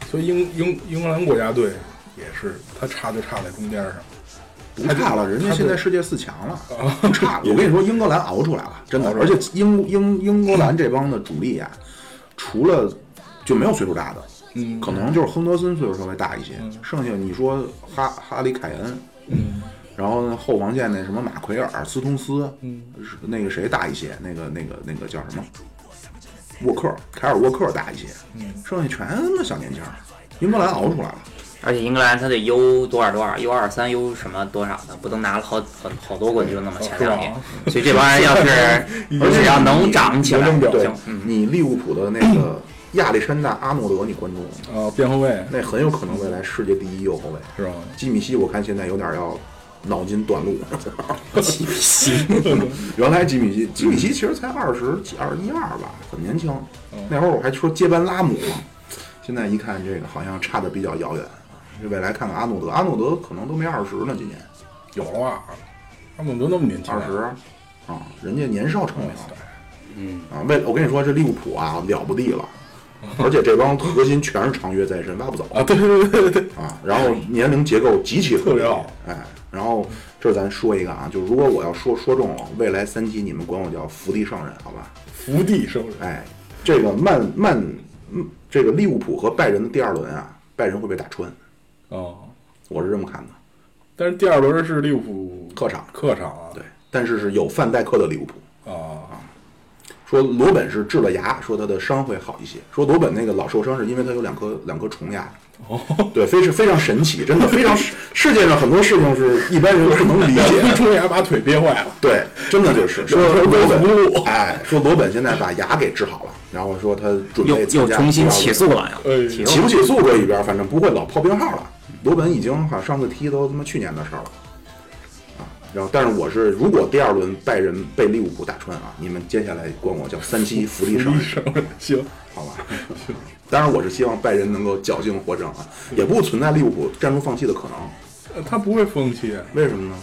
B: 所以英英英格兰国家队也是，他差就差在中间上。
A: 不差了，人家现在世界四强了
B: 啊，
A: 不差了。哦我跟你说，英格兰熬出来了，真的。而且英英英格兰这帮的主力啊，除了就没有岁数大的，
B: 嗯
A: 可能就是亨德森岁数稍微大一些，剩下你说哈哈里凯恩，
B: 嗯，
A: 然后呢后防线那什么马奎尔、斯通斯，
B: 嗯
A: 是那个谁大一些，那个那个那个叫什么？沃克，凯尔沃克大一些，剩下全他妈小年轻儿，英格兰熬出来了。
C: 而且英格兰他的 U 多少多少 U 二三 U 什么多少的，不都拿了好好好多冠军了吗？前两年
B: 是，
C: 所以这帮人要是
B: 经
A: 嗯
C: 只要能长起来，
B: 已经表
A: 对
C: 就，嗯
A: 你利物浦的那个亚历山大阿诺德，你关注吗？
B: 啊，边后卫
A: 那很有可能未来世界第一右后卫。
B: 是吧？
A: 基米希，我看现在有点要脑筋短
C: [LAUGHS]
A: 路。基米希， [LAUGHS] 原来基米希，基米希其实才二十几、二十一二吧，很年
C: 哦
A: 轻。那会儿我还说接班拉姆呢，现在一看这个好像差的比较遥远。这未来看看阿诺德，阿诺德可能都没二十呢，今年
B: 有了吧？他们都那么年轻，
A: 二十啊，人家年少成名。
B: 嗯
A: 啊，为我跟你说，这利物浦啊了不地
B: [LAUGHS]
A: 了，而且这帮核心全是长约在身，挖不走
B: 啊！对对对对对，
A: 啊。然后年龄结构极其合
B: 特
A: 理
B: 别好，
A: 哎。然后这儿咱说一个啊，就如果我要说说中了，未来三期你们管我叫伏地圣人，好吧？
B: 伏地生人，
A: 哎，这个曼曼，嗯这个利物浦和拜仁的第二轮啊，拜仁会被打穿，
B: 哦。
A: 我是这么看的，
B: 但是第二轮是利物浦
A: 客场
B: 客场啊，
A: 对，但是是有范戴克的利物浦。
B: 啊， [LAUGHS]
A: 说罗本是治了牙，说他的伤会好一些。说罗本那个老受伤是因为他有两颗两颗虫牙。哦，对，非是非常神奇，真的非 [LAUGHS] 常世界上很多事情是一般人不能理
B: 两
A: 解
B: 颗。虫牙把腿憋坏了，
A: 对，真的就是说
B: 两颗
A: 罗
B: 都葫芦
A: 本，哎，说罗本现在把牙给治好了，然后说他准
C: 又
A: 备
C: 又
A: 参加
C: 重新
A: 2022
C: 起诉了呀。
B: 哎，
C: 起
A: 起不起诉搁一边，反正不会老泡病号了。罗本已经好像上次踢都他妈去年的事儿了，啊，然后但是我是如果第二轮拜仁被利物浦打穿啊，你们接下来管我叫三七福利
B: 伏
A: 上
B: 地生人行，
A: 好吧？ [LAUGHS] 当然我是希望拜仁能够侥幸获胜啊，也不存在利物浦战术放弃的可能。
B: 呃他不会放弃，
A: 为什么呢？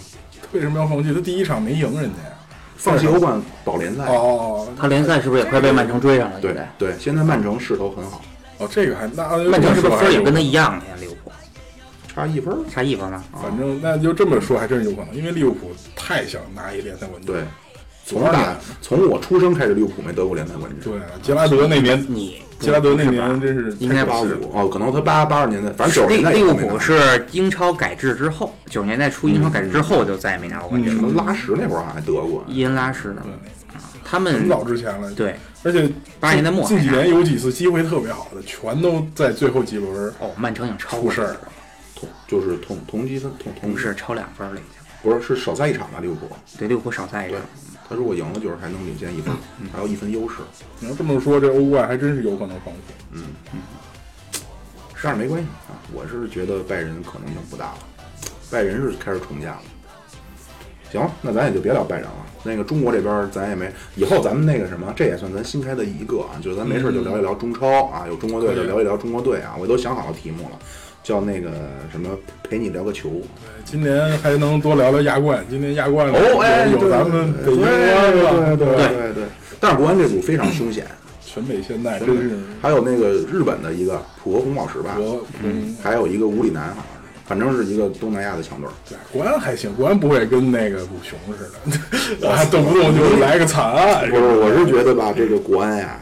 B: 为什么要放弃？他第一场没赢人家呀。
A: 放弃欧冠保联赛，
B: 哦
C: 他联赛是不是也快被曼城追上了？
A: 对
C: 现在
A: 对，现在曼城势头很好，
B: 哦，这个还那
C: 曼城是不是分儿也跟他
B: 有
C: 一样？现在利物浦
A: 差一分儿。
C: 差一分了。
B: 反正那就这么说，还真是有可能，因为利物浦太想拿一联赛冠军。
A: 对，从
B: 多少
A: 打
B: 年？
A: 从我出生开始，利物浦没得过联赛冠军。
B: 对，啊杰拉德那年，
C: 你
B: 杰拉德那年真是
C: 应该
B: 太
A: 八
B: 可
A: 五
B: 惜了
A: 哦，可能他八八二年代，反正九十
C: 利
A: 年代
C: 利
A: 也
C: 物
A: 没拿
C: 浦是英超改制之后，九十年代初英超改制之后就再也没拿过冠军
A: 什
C: 了。
A: 么拉什那会儿好像还得过，
C: 伊恩拉什的，啊
B: 对
C: 他
B: 很
C: 们
B: 早之前了。，
C: 嗯对
B: 而且
C: 80年代末
B: 近几年有几次机会特别好的，全都在最后几轮
C: 哦，曼城已经超
B: 出
C: 过
B: 事儿了。
A: 同就是同同积分同同
C: 不是超两分了已经，
A: 不是是少赛一场吧？利物浦
C: 对利物浦少赛一
A: 对
C: 场，，
A: 他如果赢了就是还能领先一分，还有一分优势，
B: 你要这么说，这欧冠还真是有可能放弃。
A: 但是没关系啊。我是觉得拜仁可能性不大了，拜仁是开始重建了。行，那咱也就别聊拜仁了。那个中国这边儿咱也没，以后咱们那个什么，这也算咱新开的一个啊，就是咱没事儿就聊一聊中超啊，有中国队就聊一聊中国队啊，我都想好了题目了，叫那个什么陪你聊个球，
B: 对今年还能多聊聊亚冠，今年亚冠里
A: 哦，哎，
B: 有
A: 对
B: 有咱们北
A: 对
B: 京国安是吧？
A: 对对对对对。但是国安这组非常凶险，
B: 全北现代真
A: 真
B: 是
A: 是。还有那个日本的一个浦和红宝石吧，
B: 国嗯，
A: 还有一个五里南，好像是，反正是一个东南亚的强队。
B: 对国安还行，国安不会跟那个鲁雄似的， [LAUGHS] 啊，动不动就来个惨案。
A: 不是，我是觉得吧，这个国安呀，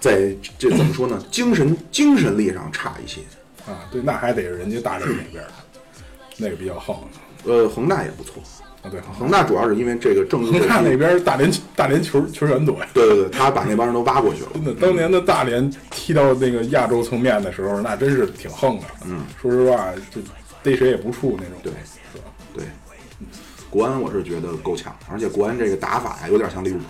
A: 在这怎么说
B: [CLEARS THROAT]
A: 呢，精神精神力上差一些。
B: 啊，对，那还得是人家大连那边的，那个比较横
A: 呃，恒大也不错，
B: 啊。对，
A: 恒大主要是因为这个政治
B: 恒大
A: 问
B: 那
A: 题，
B: 边大连大连球球员多呀。
A: 对对对，他把那帮人都挖过去了。
B: 真的，当年的大连踢到那个亚洲层面的时候，那真是挺横的。嗯，说实话，就逮谁也不怵那种。
A: 对
B: 是吧？
A: 对，国安我是觉得够呛，而且国安这个打法呀，有点像利物浦，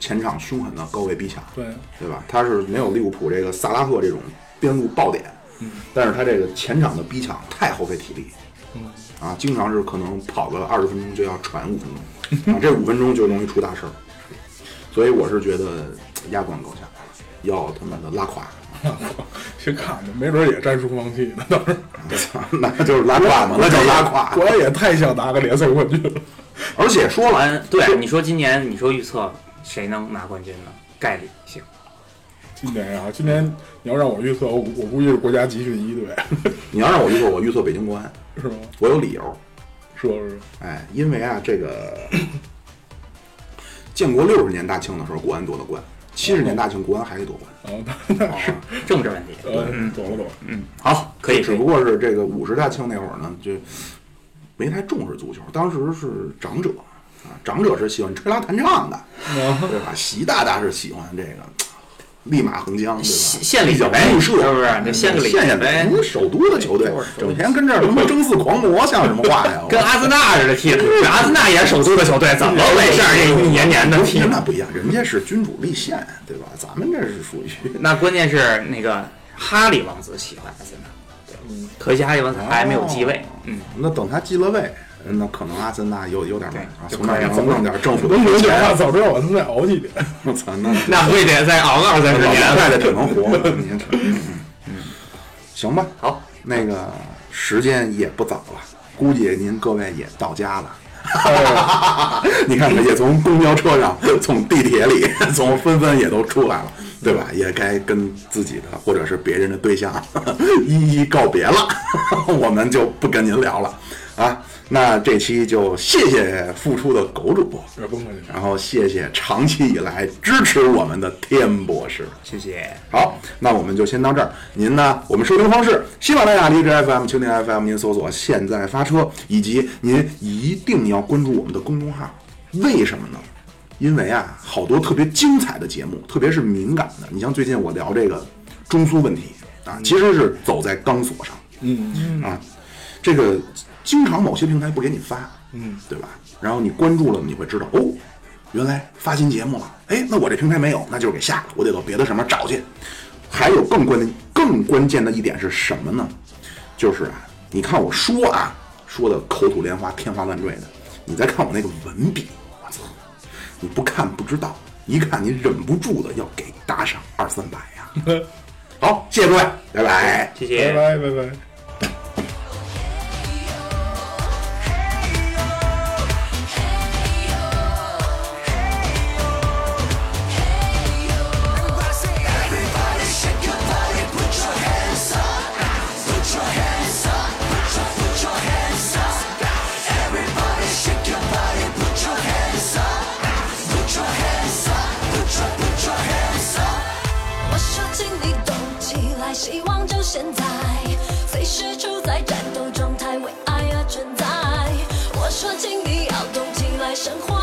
A: 前场凶狠的高位逼抢，
B: 对
A: 对吧？他是没有利物浦这个萨拉赫这种边路爆点，
C: 嗯
A: 但是他这个前场的逼抢太耗费体力，
C: 嗯
A: 啊，经常是可能跑个二十分钟就要喘五分
C: [LAUGHS]
A: 钟，啊，这五分钟就容易出大事儿，所以我是觉得亚冠够呛，要他妈的拉垮。 [LAUGHS]
B: 先看着，没准也战术放弃呢。到时候 [LAUGHS]
A: 那就是拉垮嘛，那就是拉垮。
B: 国安也太想拿个联赛冠军了。
A: 而且说
C: 国
A: 了，
C: 安对你说今年你说预测谁能拿冠军呢？概率性，
B: 今年啊，今年你要让我预测，我我估计是国家集训一队，
A: 你要让我预测，我预测北京国安，
B: 是吗？
A: 我有理由。
B: 是吧是吧？
A: 哎，因为啊，这个建国六十年大庆的时候，国安夺的冠；七十年大庆，国安还得夺冠。
B: 然后啊那那是，
C: 政治问题。
B: 呃，懂了懂了。
C: 啊嗯，好，可以，
A: 只不过是这个五十大庆那会儿呢，就没太重视足球，当时是长者啊，长者是喜欢吹拉弹唱的，
C: 啊
A: 对吧？习大大是喜欢这个。立马横江，对吧？
C: 献献礼
A: 一脚
C: 呗
A: 入社，
C: 是不是得献个礼
A: 献献
C: 呗
A: 礼人家首都的球队
C: 对
A: 整天跟这儿他妈争四狂魔，像什么话
C: [LAUGHS]
A: 呀？我
C: 跟阿森纳似的踢，阿森纳也是首都的球队，怎么回事儿？这一年年的踢
A: 人。那不一样，人家是君主立宪，对吧？咱们这是属于 [LAUGHS]
C: 那关键是那个哈利王子喜欢阿森纳，对，可惜哈利王子还没有继位。嗯，
A: 那等他继了位，那可能阿森纳有有点门儿啊，
C: 对
A: 从那儿能弄点政府的
B: 能不能讲话？
A: 钱。
B: 早知道我能再熬几年。
A: 我操，那老
C: 那非得再熬个二三十
A: 年代
C: 年。
A: 的挺能活，你看嗯，嗯行吧。
C: 好，
A: 那个时间也不早了，估计您各位也到家了。你看，也从公交车上，从地铁里，从纷纷也都出来了，对吧？也该跟自己的或者是别人的对象 [LAUGHS] 一一告别了，我们就不跟您聊了啊。那这期就谢谢付出的狗主播，
B: 别崩了你。
A: 然后谢谢长期以来支持我们的天博士。
C: 谢谢。
A: 好，那我们就先到这儿。您呢？我们收听方式：喜马拉雅、荔枝 FM、蜻蜓 FM，您搜索“现在发车”，以及您一定要关注我们的公众号。为什么呢？因为啊，好多特别精彩的节目，特别是敏感的。你像最近我聊这个中苏问题啊，其实是走在钢索上。嗯啊，这个经常某些平台不给你发，嗯，对吧？然后你关注了，你会知道哦，原来发新节目了。哎，那我这平台没有，那就是给下了，我得到别的什么找去。还有更关键、更关键的一点是什么呢？就是啊，你看我说啊，说的口吐莲花、天花乱坠的，你再看我那个文笔，我操，你不看不知道，一看你忍不住的要给打赏二三百呀、 [LAUGHS] 好，谢谢各位，拜拜。
C: 谢
B: 拜拜
C: 谢。
B: 拜拜。
H: 我说，请你动起来，希望就现在，随时处在战斗状态，为爱而存在。我说，请你要动起来，生活